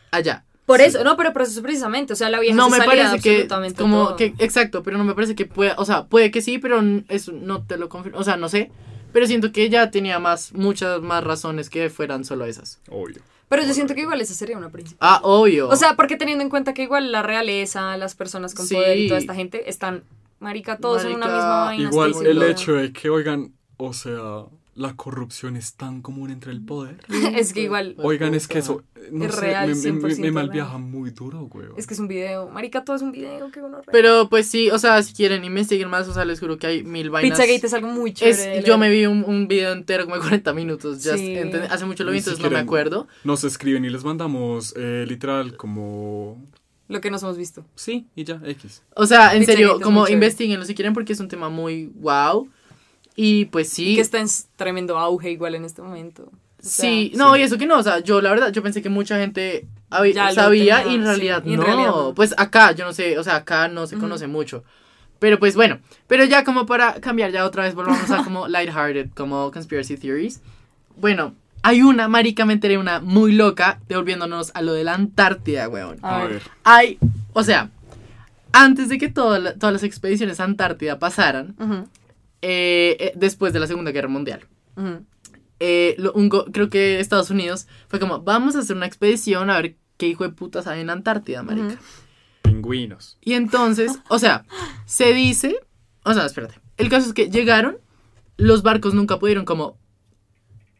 S4: allá.
S3: Por
S2: Sí.
S3: eso, no, pero, pero eso es precisamente, o sea, la vieja
S4: No
S3: se
S4: me
S3: salía de
S4: parece que,
S3: absolutamente
S4: como
S3: todo.
S4: que, exacto, pero no me parece que pueda, o sea, puede que sí, pero n- eso no te lo confirmo, o sea, no sé, pero siento que ella tenía más, muchas más razones que fueran solo esas.
S2: Obvio.
S3: Pero yo siento que igual esa sería una príncipe.
S4: Ah, obvio.
S3: O sea, porque teniendo en cuenta que igual la realeza, las personas con
S4: Sí.
S3: poder y toda esta gente están, marica, todos en una
S4: Marica,
S3: misma vaina.
S2: Igual
S3: estoy
S2: el
S3: segura.
S2: hecho de que, oigan, o sea, la corrupción es tan común entre el poder.
S3: Es que igual,
S4: Pues
S2: Oigan, es que eso, no
S3: Es
S2: sé,
S3: real,
S2: me- me, me,
S3: 100%
S2: me malviaja
S3: real.
S2: muy duro, güey.
S3: es que es un video. Marica, todo es un video, qué gonorrea.
S4: Pero pues sí, o sea, si quieren investiguen más, o sea, les juro que hay mil vainas.
S3: Pizzagate es algo muy
S4: Es-
S3: chévere. de
S4: yo me
S3: leer.
S4: vi un, un video entero como de 40 minutos, just,
S3: Sí.
S4: enten- hace mucho lo vi,
S2: Ni
S4: entonces no
S2: siquiera-
S4: me acuerdo.
S2: Nos escriben y les mandamos eh, literal como...
S3: Lo que nos hemos visto.
S2: Sí, y ya, X.
S4: O sea, en
S3: Pizzagate
S4: serio,
S3: es muy
S4: como
S3: chévere.
S4: investiguenlo si quieren porque es un tema muy wow. Y pues sí.
S3: Y que está en s- tremendo auge igual en este momento. O sea,
S4: sí, no, y eso que no, o sea, yo la verdad, yo pensé que mucha gente habi-
S3: Ya lo
S4: sabía
S3: tenía,
S4: y en
S3: sí,
S4: realidad
S3: y en
S4: no.
S3: realidad no.
S4: Pues acá, yo no sé, o sea, acá no se conoce mucho. Pero pues bueno, pero ya como para cambiar ya otra vez, volvamos a como lighthearted, como conspiracy theories. Bueno, hay una, marica, me enteré una muy loca, devolviéndonos a lo de la Antártida, weón.
S3: A ver.
S4: Hay, o sea, antes de que toda la- todas las expediciones a Antártida pasaran,
S3: Ujú,
S4: eh, eh, después de la Segunda Guerra Mundial,
S3: ujú.
S4: eh, lo- un go- creo que Estados Unidos fue como, vamos a hacer una expedición a ver qué hijo de putas hay en Antártida, marica.
S3: Ujú.
S2: Pingüinos.
S4: Y entonces, o sea, se dice, o sea, espérate, el caso es que llegaron, los barcos nunca pudieron como,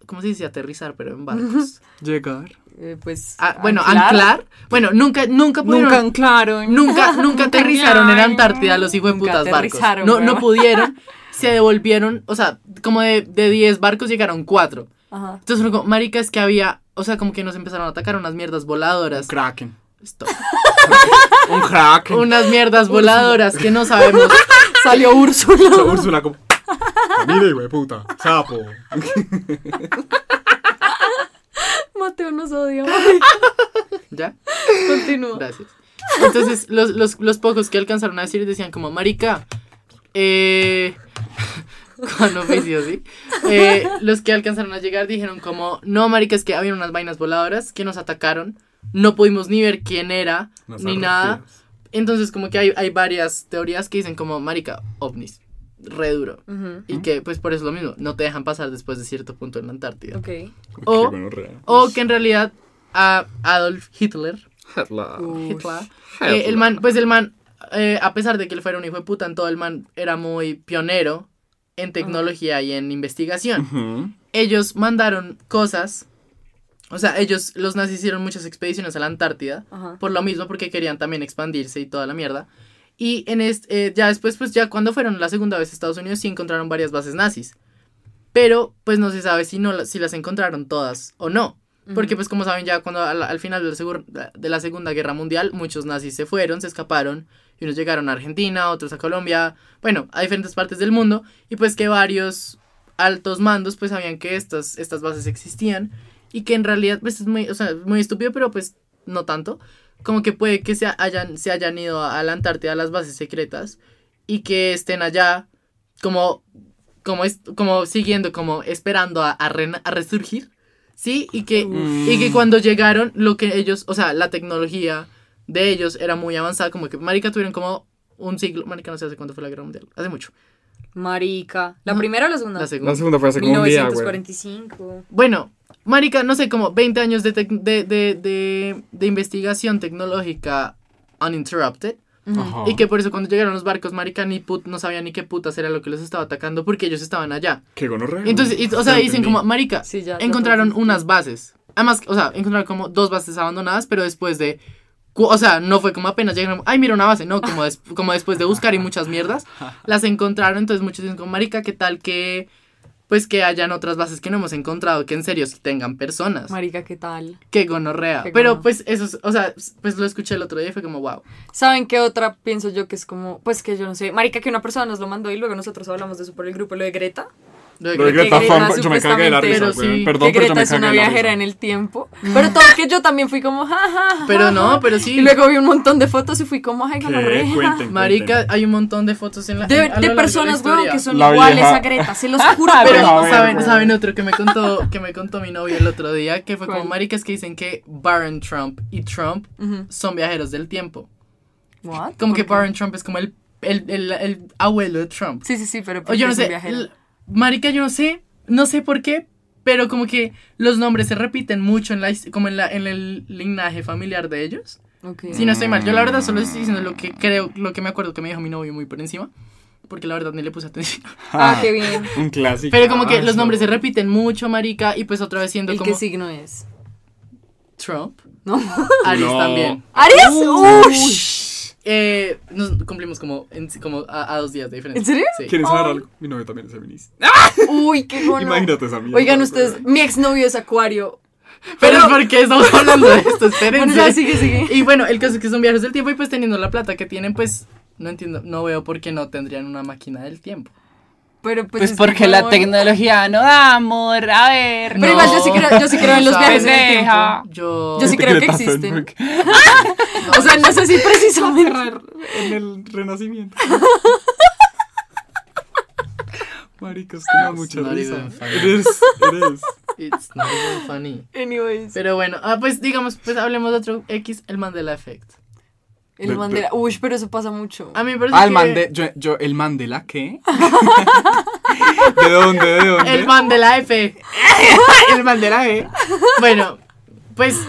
S4: ¿cómo se dice? Aterrizar, pero en barcos.
S2: Llegar.
S3: Eh, pues.
S4: Ah, bueno,
S3: anclar.
S4: anclar. Bueno, nunca, nunca pudieron.
S5: Nunca anclaron.
S4: Nunca, nunca aterrizaron en
S5: Ay,
S4: Antártida los hijos de
S3: nunca
S4: putas barcos.
S3: aterrizaron,
S4: No, no
S3: weón.
S4: pudieron. Se devolvieron, o sea, como de de 10 barcos llegaron 4.
S3: Ajá.
S4: Entonces, fue como, marica, es que había, o sea, como que nos empezaron a atacar unas mierdas voladoras.
S2: Kraken.
S4: Stop.
S2: Un hack.
S4: Unas mierdas voladoras que no sabemos. Salió Úrsula.
S2: Esa Úrsula como... Mira, hijo de puta, sapo.
S3: Mateo nos odia.
S4: ¿Ya?
S3: Continúa.
S4: Gracias. Entonces, los, los, los pocos que alcanzaron a decir decían como, marica, eh... Con oficio, sí. Eh, los que alcanzaron a llegar dijeron como, no, marica, es que habían unas vainas voladoras que nos atacaron. No pudimos ni ver quién era,
S2: Nos
S4: ni
S2: arrepentimos.
S4: nada. Entonces, como que hay, hay varias teorías que dicen como, marica, ovnis. Re duro.
S3: Ujú,
S4: Y que, pues, por eso es lo mismo. No te dejan pasar después de cierto punto en la Antártida.
S3: Ok.
S4: O-
S2: Qué gonorrea.
S4: O que en realidad a Adolf Hitler Hitler. Eh, el man, pues el man, eh, a pesar de que él fuera un hijo de puta, en todo el man era muy pionero en tecnología y en investigación.
S2: Ujú.
S4: Ellos mandaron cosas, o sea, ellos, los nazis hicieron muchas expediciones a la Antártida,
S3: Ajá.
S4: por lo mismo, porque querían también expandirse y toda la mierda. Y en este, eh, ya después, pues ya cuando fueron la segunda vez a Estados Unidos, sí encontraron varias bases nazis. Pero, pues no se sabe si, no, la- si las encontraron todas o no. Porque, pues, como saben, ya cuando al, al final de la, segur- de la Segunda Guerra Mundial, muchos nazis se fueron, se escaparon, y unos llegaron a Argentina, otros a Colombia, bueno, a diferentes partes del mundo, y pues que varios altos mandos, pues, sabían que estas, estas bases existían, y que en realidad, pues, es muy, o sea, muy estúpido, pero pues, no tanto, como que puede que se hayan, se hayan ido a la Antártida a las bases secretas, y que estén allá, como, como, es- como siguiendo, como esperando a, a rena- a resurgir, ¿sí? Y que... Y que cuando llegaron, lo que ellos, o sea, la tecnología de ellos era muy avanzada, como que marica tuvieron como un siglo, marica no sé hace cuánto fue la guerra mundial, hace mucho,
S3: Marica. ¿La
S4: No.
S3: primera o la segunda?
S4: la
S2: La
S4: segunda.
S2: segunda fue hace como un día, güey.
S3: 1945.
S4: Bueno, marica, no sé, como 20 años de, tec- de, de, de, de investigación tecnológica uninterrupted,
S3: Ujú.
S2: Ajá.
S4: y que por eso cuando llegaron los barcos, marica, ni put, no sabían ni qué putas era lo que los estaba atacando, porque ellos estaban allá.
S2: Qué gonorrea.
S4: Mm. Entonces, y- o sea,
S2: Ya
S4: dicen
S2: entendí.
S4: como, marica,
S3: Sí, ya. ya
S4: encontraron
S3: todo.
S4: unas bases. Además, o sea, encontraron como dos bases abandonadas, pero después de. cu- O sea, no fue como apenas llegaron, ay, mira una base, no, como, des- como después de buscar y muchas mierdas, las encontraron, entonces muchos dicen como, marica, ¿qué tal que, pues que hayan otras bases que no hemos encontrado, que en serio sí tengan personas?
S3: Marica, ¿qué tal?
S4: Qué gonorrea.
S3: Qué
S4: Pero
S3: gono.
S4: pues eso, es- o sea, pues lo escuché el otro día y fue como, wow.
S3: ¿Saben qué otra pienso yo que es como, pues que yo no sé, marica que una persona nos lo mandó y luego nosotros hablamos de eso por el grupo, lo de Greta?
S2: Lo de Greta
S3: que
S2: fan,
S3: Greta
S2: yo me cagué de la
S3: supuestamente-
S2: risa,
S4: pero sí,
S2: güey. Perdón,
S3: que
S2: pero
S3: Greta
S2: yo me
S3: es una
S2: cagué de la
S3: viajera en
S2: risa.
S3: el tiempo. Pero todo que yo también fui como, ja, ja, ja,
S4: Mm. Pero
S3: ja,
S4: no,
S3: ja.
S4: pero sí.
S3: Y luego vi un montón de fotos y fui como, ay,
S2: ¿Qué?
S3: gonorrea.
S2: Eh, Cuenten,
S4: Marica, hay un montón de fotos en la... a
S3: De,
S4: lo
S3: de
S4: largo la
S3: personas, weón,
S4: historia.
S3: que son
S2: La
S3: iguales
S2: vieja.
S3: a Greta, se los juro.
S4: Pero
S2: Pero, a ver,
S4: saben,
S2: güey.
S4: saben otro que me contó que me contó mi novio el otro día que fue como
S3: ¿Cuál?
S4: maricas que dicen que Barron Trump y Trump
S3: Ujú.
S4: son viajeros del tiempo.
S3: What?
S4: Como que
S3: ¿Por qué?
S4: Barron Trump es como el, el, el- el abuelo de Trump.
S3: Sí, sí, sí, pero
S4: O yo no
S3: es un
S4: sé,
S3: viajero.
S4: l- marica yo no sé, no sé por qué, pero como que los nombres se repiten mucho en la his- como en la en el linaje familiar de ellos.
S3: Ok.
S4: Si no estoy mal, yo la verdad
S3: Mm.
S4: solo estoy diciendo lo que creo, lo que me acuerdo que me dijo mi novio muy por encima, porque la verdad ni le puse atención.
S3: Ah, qué bien.
S2: Un clásico. Ah,
S4: Pero como que los nombres se repiten mucho, marica, y pues otra vez siendo
S3: ¿El
S4: como
S3: qué signo es?
S4: Trump,
S3: ¿No?
S4: Aries
S2: No.
S4: también.
S3: ¿Aries? Ush.
S4: Eh, nos cumplimos como, en- como a, a dos días de diferencia.
S3: ¿En serio?
S4: Sí.
S2: ¿Quieres saber
S3: Ay.
S2: algo? Mi novio también es feminista.
S3: Uy, qué bueno.
S2: Imagínate esa mierda.
S3: Oigan
S2: güey.
S3: ustedes, mi exnovio es acuario.
S4: Pero ¿por qué estamos hablando de esto?
S3: Bueno,
S4: Espérense.
S3: ya, sigue, sigue.
S4: Y bueno, el caso es que son viajes del tiempo y pues teniendo la plata que tienen, pues no entiendo, no veo por qué no tendrían una máquina del tiempo.
S3: Pero pues.
S5: Pues
S3: es
S5: porque
S3: que
S5: la
S3: no-
S5: tecnología no da amor. A ver.
S3: Pero
S4: No.
S3: igual yo sí creo, yo sí creo en los
S4: Pendeja.
S3: viajes del tiempo.
S4: Yo...
S3: Yo sí
S2: Vete
S3: creo que
S2: le pasó en-
S3: existen. O sea, no sé si precisamente.
S2: En el renacimiento. Marica, usted me da mucha
S4: not
S2: risa.
S4: even funny.
S2: Eres, eres.
S4: It's not even funny.
S3: Anyways.
S4: Pero bueno, ah, pues digamos, pues hablemos de otro X, el Mandela Effect.
S3: El bandera. Uy, pero eso pasa mucho.
S4: A mí me parece
S2: Ah, el
S4: que-
S2: Mandela. Yo, yo- ¿El Mandela qué? ¿De dónde? ¿De dónde?
S4: El Mandela F.
S2: el Mandela eh.
S4: Bueno, pues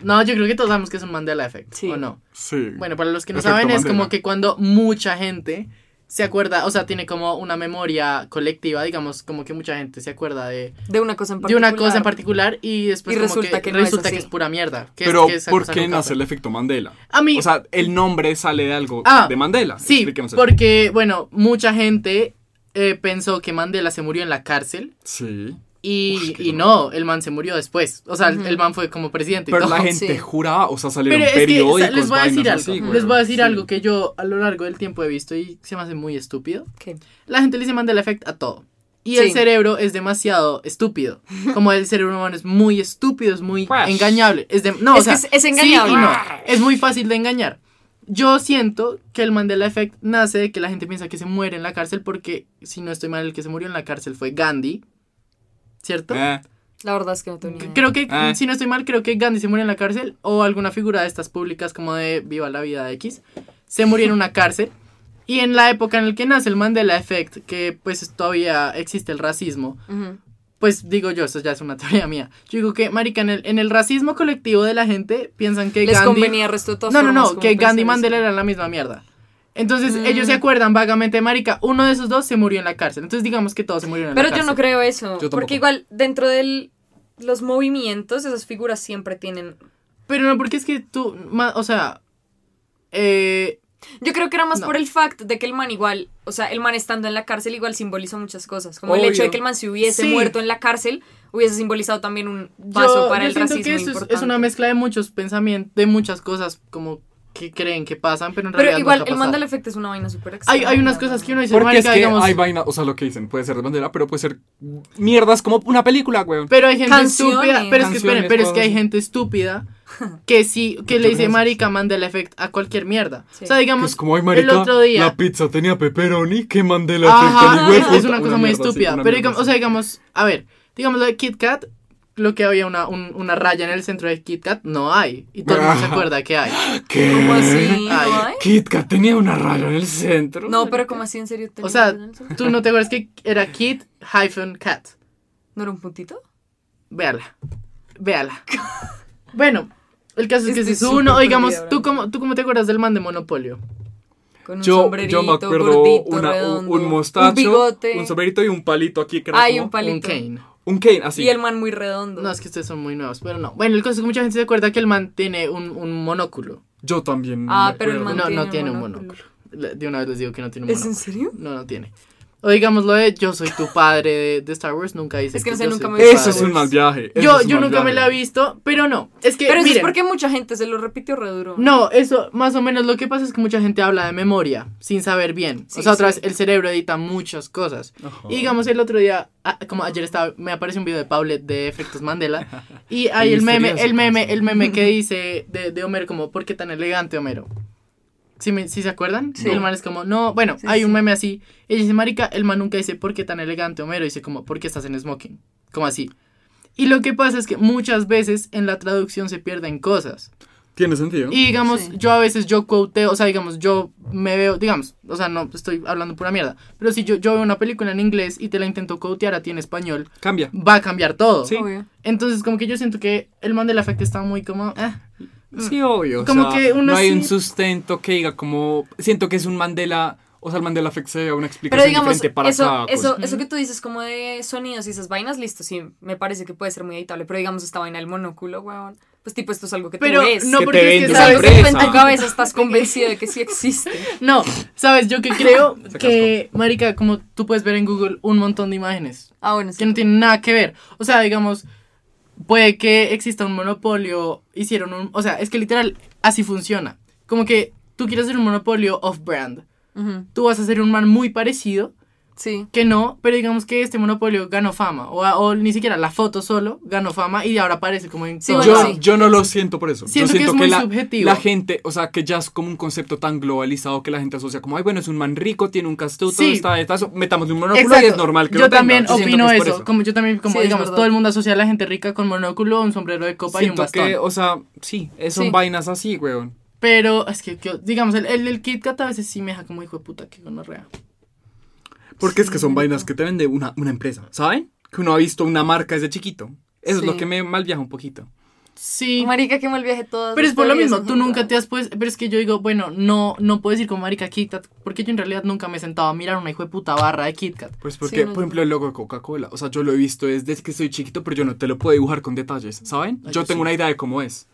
S4: no, yo creo que todos sabemos que es un Mandela Effect,
S3: Sí.
S4: ¿o no?
S2: Sí.
S4: Bueno, para los que no
S2: Efecto
S4: saben, es
S2: Mandela.
S4: como que cuando mucha gente se acuerda, o sea, tiene como una memoria colectiva, digamos, como que mucha gente se acuerda de,
S3: De una cosa en
S4: de
S3: particular.
S4: una cosa en particular y después
S3: Y
S4: como
S3: resulta que no es
S4: resulta
S3: así.
S4: que es pura mierda. que es-
S2: Pero,
S4: que esa
S2: ¿por
S4: cosa
S2: qué
S4: nunca
S2: nace
S4: fue.
S2: el efecto Mandela?
S4: A mí,
S2: O sea, el nombre sale de algo
S4: Ah,
S2: de Mandela.
S4: sí,
S2: Expliquemos eso.
S4: porque, bueno, mucha gente eh, pensó que Mandela se murió en la cárcel
S2: Sí.
S4: Y, y no, el man se murió después. O sea, el-
S3: Ujú.
S4: el man fue como presidente. y
S2: Pero
S4: todo.
S2: la
S3: No,
S2: gente
S3: sí.
S2: juraba, o sea, salieron
S4: Pero es que, o
S2: periódicos.
S4: sea, les voy a decir algo.
S2: vainas así, güey.
S4: les voy a decir
S2: Sí.
S4: algo que yo a lo largo del tiempo he visto y se me hace muy estúpido.
S3: ¿Qué?
S4: La gente le dice Mandela Effect a todo. Y
S3: Sí.
S4: el cerebro es demasiado estúpido. Como el cerebro humano es muy estúpido, es muy
S5: Pues.
S4: engañable. Es de- no,
S3: Es
S4: o sea,
S3: que es- es
S4: sí y
S3: engañable.
S4: no. Es muy fácil de engañar. Yo siento que el Mandela Effect nace de que la gente piensa que se muere en la cárcel porque, si no estoy mal, el que se murió en la cárcel fue Gandhi. ¿Cierto?
S2: Eh,
S3: La verdad es que no tengo ni idea.
S4: Creo que,
S2: Ah.
S4: si no estoy mal, creo que Gandhi se murió en la cárcel o alguna figura de estas públicas como de Viva la Vida X se murió en una cárcel. Y en la época en la que nace el Mandela Effect, que pues todavía existe el racismo,
S3: Ujú.
S4: pues digo yo, eso ya es una teoría mía. Yo digo que, marica, en el, en el racismo colectivo de la gente piensan que
S3: Les
S4: Gandhi...
S3: convenía el resto de todas
S4: No, no,
S3: formas
S4: no,
S3: como
S4: que
S3: pensar
S4: Gandhi y
S3: eso.
S4: Mandela eran la misma mierda. Entonces
S3: Mm.
S4: ellos se acuerdan vagamente, marica, uno de esos dos se murió en la cárcel. Entonces digamos que todos se murieron en
S3: Pero
S4: la
S3: yo
S4: cárcel.
S3: no creo eso.
S2: Yo tampoco.
S3: porque igual dentro de los movimientos, esas figuras siempre tienen...
S4: Pero no, porque es que tú, ma- o sea, eh,
S3: Yo creo que era más
S4: No.
S3: por el fact de que el man igual, o sea, el man estando en la cárcel igual simbolizó muchas cosas. Como el
S2: Obvio.
S3: hecho de que el man si hubiese
S4: Sí.
S3: muerto en la cárcel, hubiese simbolizado también un paso para el
S4: siento
S3: racismo
S4: que eso es-
S3: importante.
S4: es, una mezcla de muchos pensamientos, de muchas cosas como que creen que pasan, pero en
S3: Pero
S4: realidad
S3: igual,
S4: nunca
S3: el
S4: pasaron.
S3: Mandela Effect es una vaina súper
S4: hay,
S3: extraña.
S4: hay unas cosas que uno dice,
S2: Porque es
S4: marica,
S2: que
S4: digamos,
S2: hay vaina, o sea, lo que dicen, puede ser de bandera, pero puede ser mierdas como una película, güey.
S4: pero hay gente
S3: Canciones.
S4: estúpida, pero es que esperen,
S2: Canciones,
S4: pero es que
S2: cosas
S4: hay
S2: así.
S4: gente estúpida que sí, que le
S2: Muchas
S4: dice
S2: gracias.
S4: marica Mandela Effect a cualquier mierda.
S3: Sí.
S4: O sea,
S2: Que
S4: digamos,
S2: es como, ay, marica,
S4: el otro día.
S2: la pizza tenía pepperoni, que mandé la
S4: Ajá,
S3: güey,
S4: es una cosa muy estúpida. pero digamos, o sea,
S2: sea,
S4: digamos, a ver, digamos lo de Kit Kat, lo que había una, un- una raya en el centro de Kit Kat, no hay. Y todo el mundo se
S2: Ajá.
S4: acuerda que hay.
S2: ¿Qué?
S3: ¿Cómo así?
S4: Ay.
S3: ¿No hay?
S2: Kit Kat tenía una raya en el centro.
S3: No, pero como así en serio? ¿Te
S4: O sea,
S3: lo dicen?
S4: ¿Tú no te acuerdas que era Kit hyphen Cat?
S3: ¿No era un puntito?
S4: Véala. Véala. Bueno, el caso es que
S3: Estoy
S4: ese es uno.
S3: súper
S4: Digamos,
S3: perdida,
S4: ¿tú
S3: Brandon.
S4: cómo, ¿tú cómo te acuerdas del man de Monopolio?
S3: Con un
S2: Yo,
S3: sombrerito,
S2: yo me acuerdo
S3: gordito,
S2: una- un,
S3: redondo,
S2: un mostacho,
S3: un bigote.
S2: sombrerito y un palito aquí que era
S3: Hay
S2: como-
S3: un palito.
S4: Un Kane.
S2: un cane, así.
S3: Y el man muy redondo.
S4: No, es que ustedes son muy nuevos, pero no. Bueno, el caso es que mucha gente se acuerda que el man tiene un, un monóculo.
S2: Yo también.
S3: Ah,
S2: me
S3: pero el
S2: acuerdo.
S3: man
S4: No,
S3: tiene
S4: no tiene un
S3: monóculo.
S4: monóculo. Le- De una vez les digo que no tiene un
S3: ¿Es en
S4: monóculo.
S3: serio?
S4: No, no tiene. O digamos lo de yo soy tu padre de, de Star Wars, nunca dice
S3: Es que no sé,
S4: yo
S3: nunca
S4: soy
S3: me
S4: tu
S3: vi
S2: Eso
S3: Star
S2: es un
S3: Wars.
S2: mal viaje. eso
S4: Yo,
S2: es un
S4: yo
S2: mal
S4: nunca me
S2: viaje.
S4: la he visto, pero no. Es que
S3: Pero eso
S4: miren,
S3: es porque mucha gente se lo repitió re duro.
S4: No, eso más o menos lo que pasa es que mucha gente habla de memoria sin saber bien.
S3: Sí,
S4: o sea, otra
S3: sí.
S4: vez el cerebro edita muchas cosas.
S2: Ajá.
S4: Y digamos el otro día, ah, como ayer estaba, me aparece un video de Paulette de Efectos Mandela y hay
S2: El
S4: el meme,
S2: misterioso
S4: el meme,
S2: caso.
S4: el meme que dice de, de Homero como ¿por qué tan elegante Homero? ¿Sí, me- sí se acuerdan?
S3: Sí.
S4: El man es como, no, bueno,
S3: Sí,
S4: hay un
S3: sí.
S4: meme así. Ella dice, marica, el man nunca dice, ¿por qué tan elegante Homero? Dice como, ¿por qué estás en smoking? Como así. Y lo que pasa es que muchas veces en la traducción se pierden cosas.
S2: Tiene sentido.
S4: Y digamos,
S3: Sí.
S4: yo a veces yo quoteo, o sea, digamos, yo me veo, digamos, o sea, no estoy hablando pura mierda, pero si yo, yo veo una película en inglés y te la intento quotear a ti en español,
S2: Cambia.
S4: va a cambiar todo.
S2: Sí.
S3: Obvio.
S4: Entonces, como que yo siento que el man del afecto está muy como, eh,
S2: Sí, obvio. o
S4: Como
S2: sea,
S4: que uno
S2: no hay
S4: sí-
S2: un sustento que diga como. Siento que es un Mandela. O sea, el Mandela Effect sea una explicación
S3: Pero digamos,
S2: diferente para
S3: eso,
S2: cada cosa.
S3: eso, eso que tú dices como de sonidos y esas vainas, listo, sí, me parece que puede ser muy editable. Pero digamos, esta vaina del monóculo, weón. Pues tipo, esto es algo que
S4: pero
S3: tú ves.
S2: Que
S4: no
S2: te
S4: porque es que
S2: vende
S3: es algo
S4: sabes,
S2: una
S3: que tú en
S2: empresa.
S3: tu cabeza estás convencido de que sí existe.
S4: no, sabes, yo que creo
S2: Se
S4: que, marica, como tú puedes ver en Google un montón de imágenes,
S3: Ah, bueno, sí.
S4: que no tienen nada que ver. O sea, digamos, puede que exista un monopolio, hicieron un... O sea, es que literal, así funciona. Como que tú quieres hacer un monopolio off-brand.
S3: Ujú,
S4: Tú vas a hacer un man muy parecido,
S3: Sí.
S4: que no, pero digamos que este monopolio ganó fama. O, o ni siquiera la foto solo ganó fama y ahora aparece como en...
S3: Sí,
S4: todo.
S2: Yo,
S3: bueno, sí.
S2: yo no lo siento por eso.
S4: Siento
S2: yo
S4: que
S2: siento
S4: es muy
S2: la,
S4: subjetivo.
S2: la gente, o sea, que ya es como un concepto tan globalizado que la gente asocia como, ay, bueno, es un man rico, tiene un castuto,
S4: Sí.
S2: está, está, metamos un monóculo
S4: Exacto.
S2: y es normal que
S4: yo
S2: lo tenga.
S4: también
S2: siento
S4: opino
S2: que es
S4: eso.
S2: por
S4: Como yo también, como
S3: Sí, es
S4: digamos,
S3: verdad.
S4: todo el mundo asocia a la gente rica con monóculo, un sombrero de copa y un
S2: Siento
S4: bastón.
S2: que, o sea, sí, eh, son
S3: Sí.
S2: vainas así, weón.
S4: Pero es que, que- digamos, el, el, el Kit Kat a veces sí me deja como hijo de puta que gonorrea.
S2: Porque es que son vainas que te vende una, una empresa, ¿saben? Que uno ha visto una marca desde chiquito. Eso es
S3: Sí.
S2: lo que me malviaja un poquito.
S4: Sí.
S3: Marica, que mal viaje todo.
S4: Pero es por lo mismo, tú nunca te has puesto, pero es que yo digo, bueno, no, no puedo decir como marica Kit Kat, porque yo en realidad nunca me he sentado a mirar una hijo de puta barra de Kit Kat.
S2: Pues
S3: Sí,
S2: porque,
S3: no es
S2: por ejemplo, el logo de Coca-Cola, o sea, yo lo he visto desde que soy chiquito, pero yo no te lo puedo dibujar con detalles, ¿saben?
S4: Ay,
S2: yo
S4: yo
S2: tengo
S4: sí.
S2: una idea de cómo es,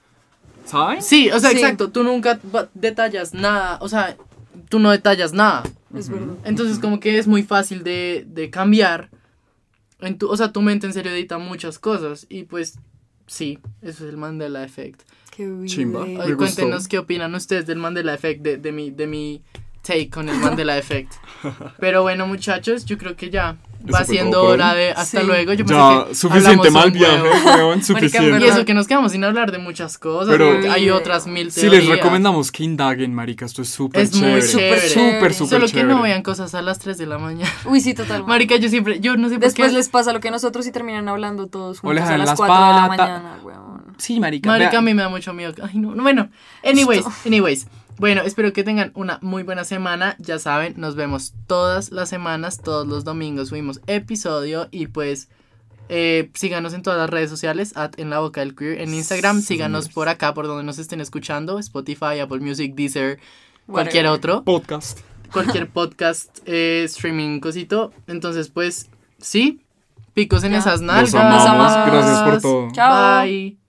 S2: ¿saben?
S4: Sí, o sea,
S3: Sí.
S4: exacto, tú nunca va- detallas nada, o sea, tú no detallas nada.
S3: Es verdad.
S4: Entonces como que es muy fácil de, de cambiar. en tu, o sea, tu mente en serio edita muchas cosas y pues sí, eso es el Mandela Effect.
S3: Qué
S2: Chimba.
S4: Ay,
S2: Me gustó.
S4: cuéntenos qué opinan ustedes del Mandela Effect, de, de mi, de mi take con el Mandela Effect. Pero bueno, muchachos, yo creo que ya
S2: Eso
S4: va
S2: fue
S4: siendo
S2: todo por
S4: hora
S2: hoy.
S4: de hasta
S3: Sí.
S4: luego. Yo pensé
S2: Ya,
S4: que
S2: suficiente
S4: hablamos
S2: mal
S4: un
S2: viaje,
S4: huevo.
S2: weón,
S3: en
S2: suficiente.
S4: Y
S3: verdad.
S4: eso que nos quedamos sin hablar de muchas cosas,
S2: Pero-
S4: porque hay otras mil
S2: Si
S4: teorías.
S2: les recomendamos que indaguen, marica, esto es súper
S4: Es muy
S2: chévere.
S4: chévere.
S2: Súper,
S3: Chévere.
S2: súper
S4: Solo que
S2: chévere.
S4: no vean cosas a las 3 de la mañana.
S3: Uy, sí, total.
S4: Marica, yo siempre, yo no sé por
S3: Después
S4: qué.
S3: les pasa lo que a nosotros y terminan hablando todos
S2: O
S3: juntos
S2: les
S3: a
S2: jalan
S3: las
S2: las
S3: 4 de la
S2: patas.
S3: mañana, weón.
S2: Sí, marica.
S4: Marica, a
S2: vea-
S4: mí me da mucho miedo. Ay, no. no, Bueno, anyways, anyways. Bueno, espero que tengan una muy buena semana. Ya saben, nos vemos todas las semanas, todos los domingos subimos episodio y pues eh, síganos en todas las redes sociales, at en la boca del queer, en Instagram,
S2: Sí,
S4: síganos
S2: señores.
S4: por acá, por donde nos estén escuchando, Spotify, Apple Music, Deezer, cualquier
S3: Whatever.
S4: otro,
S2: Podcast.
S4: cualquier podcast, eh, streaming, cosito. Entonces, pues, sí, picos en
S3: Ya.
S4: esas
S3: Los
S4: nalgas.
S2: amamos, gracias por todo.
S5: Chao.
S4: Bye.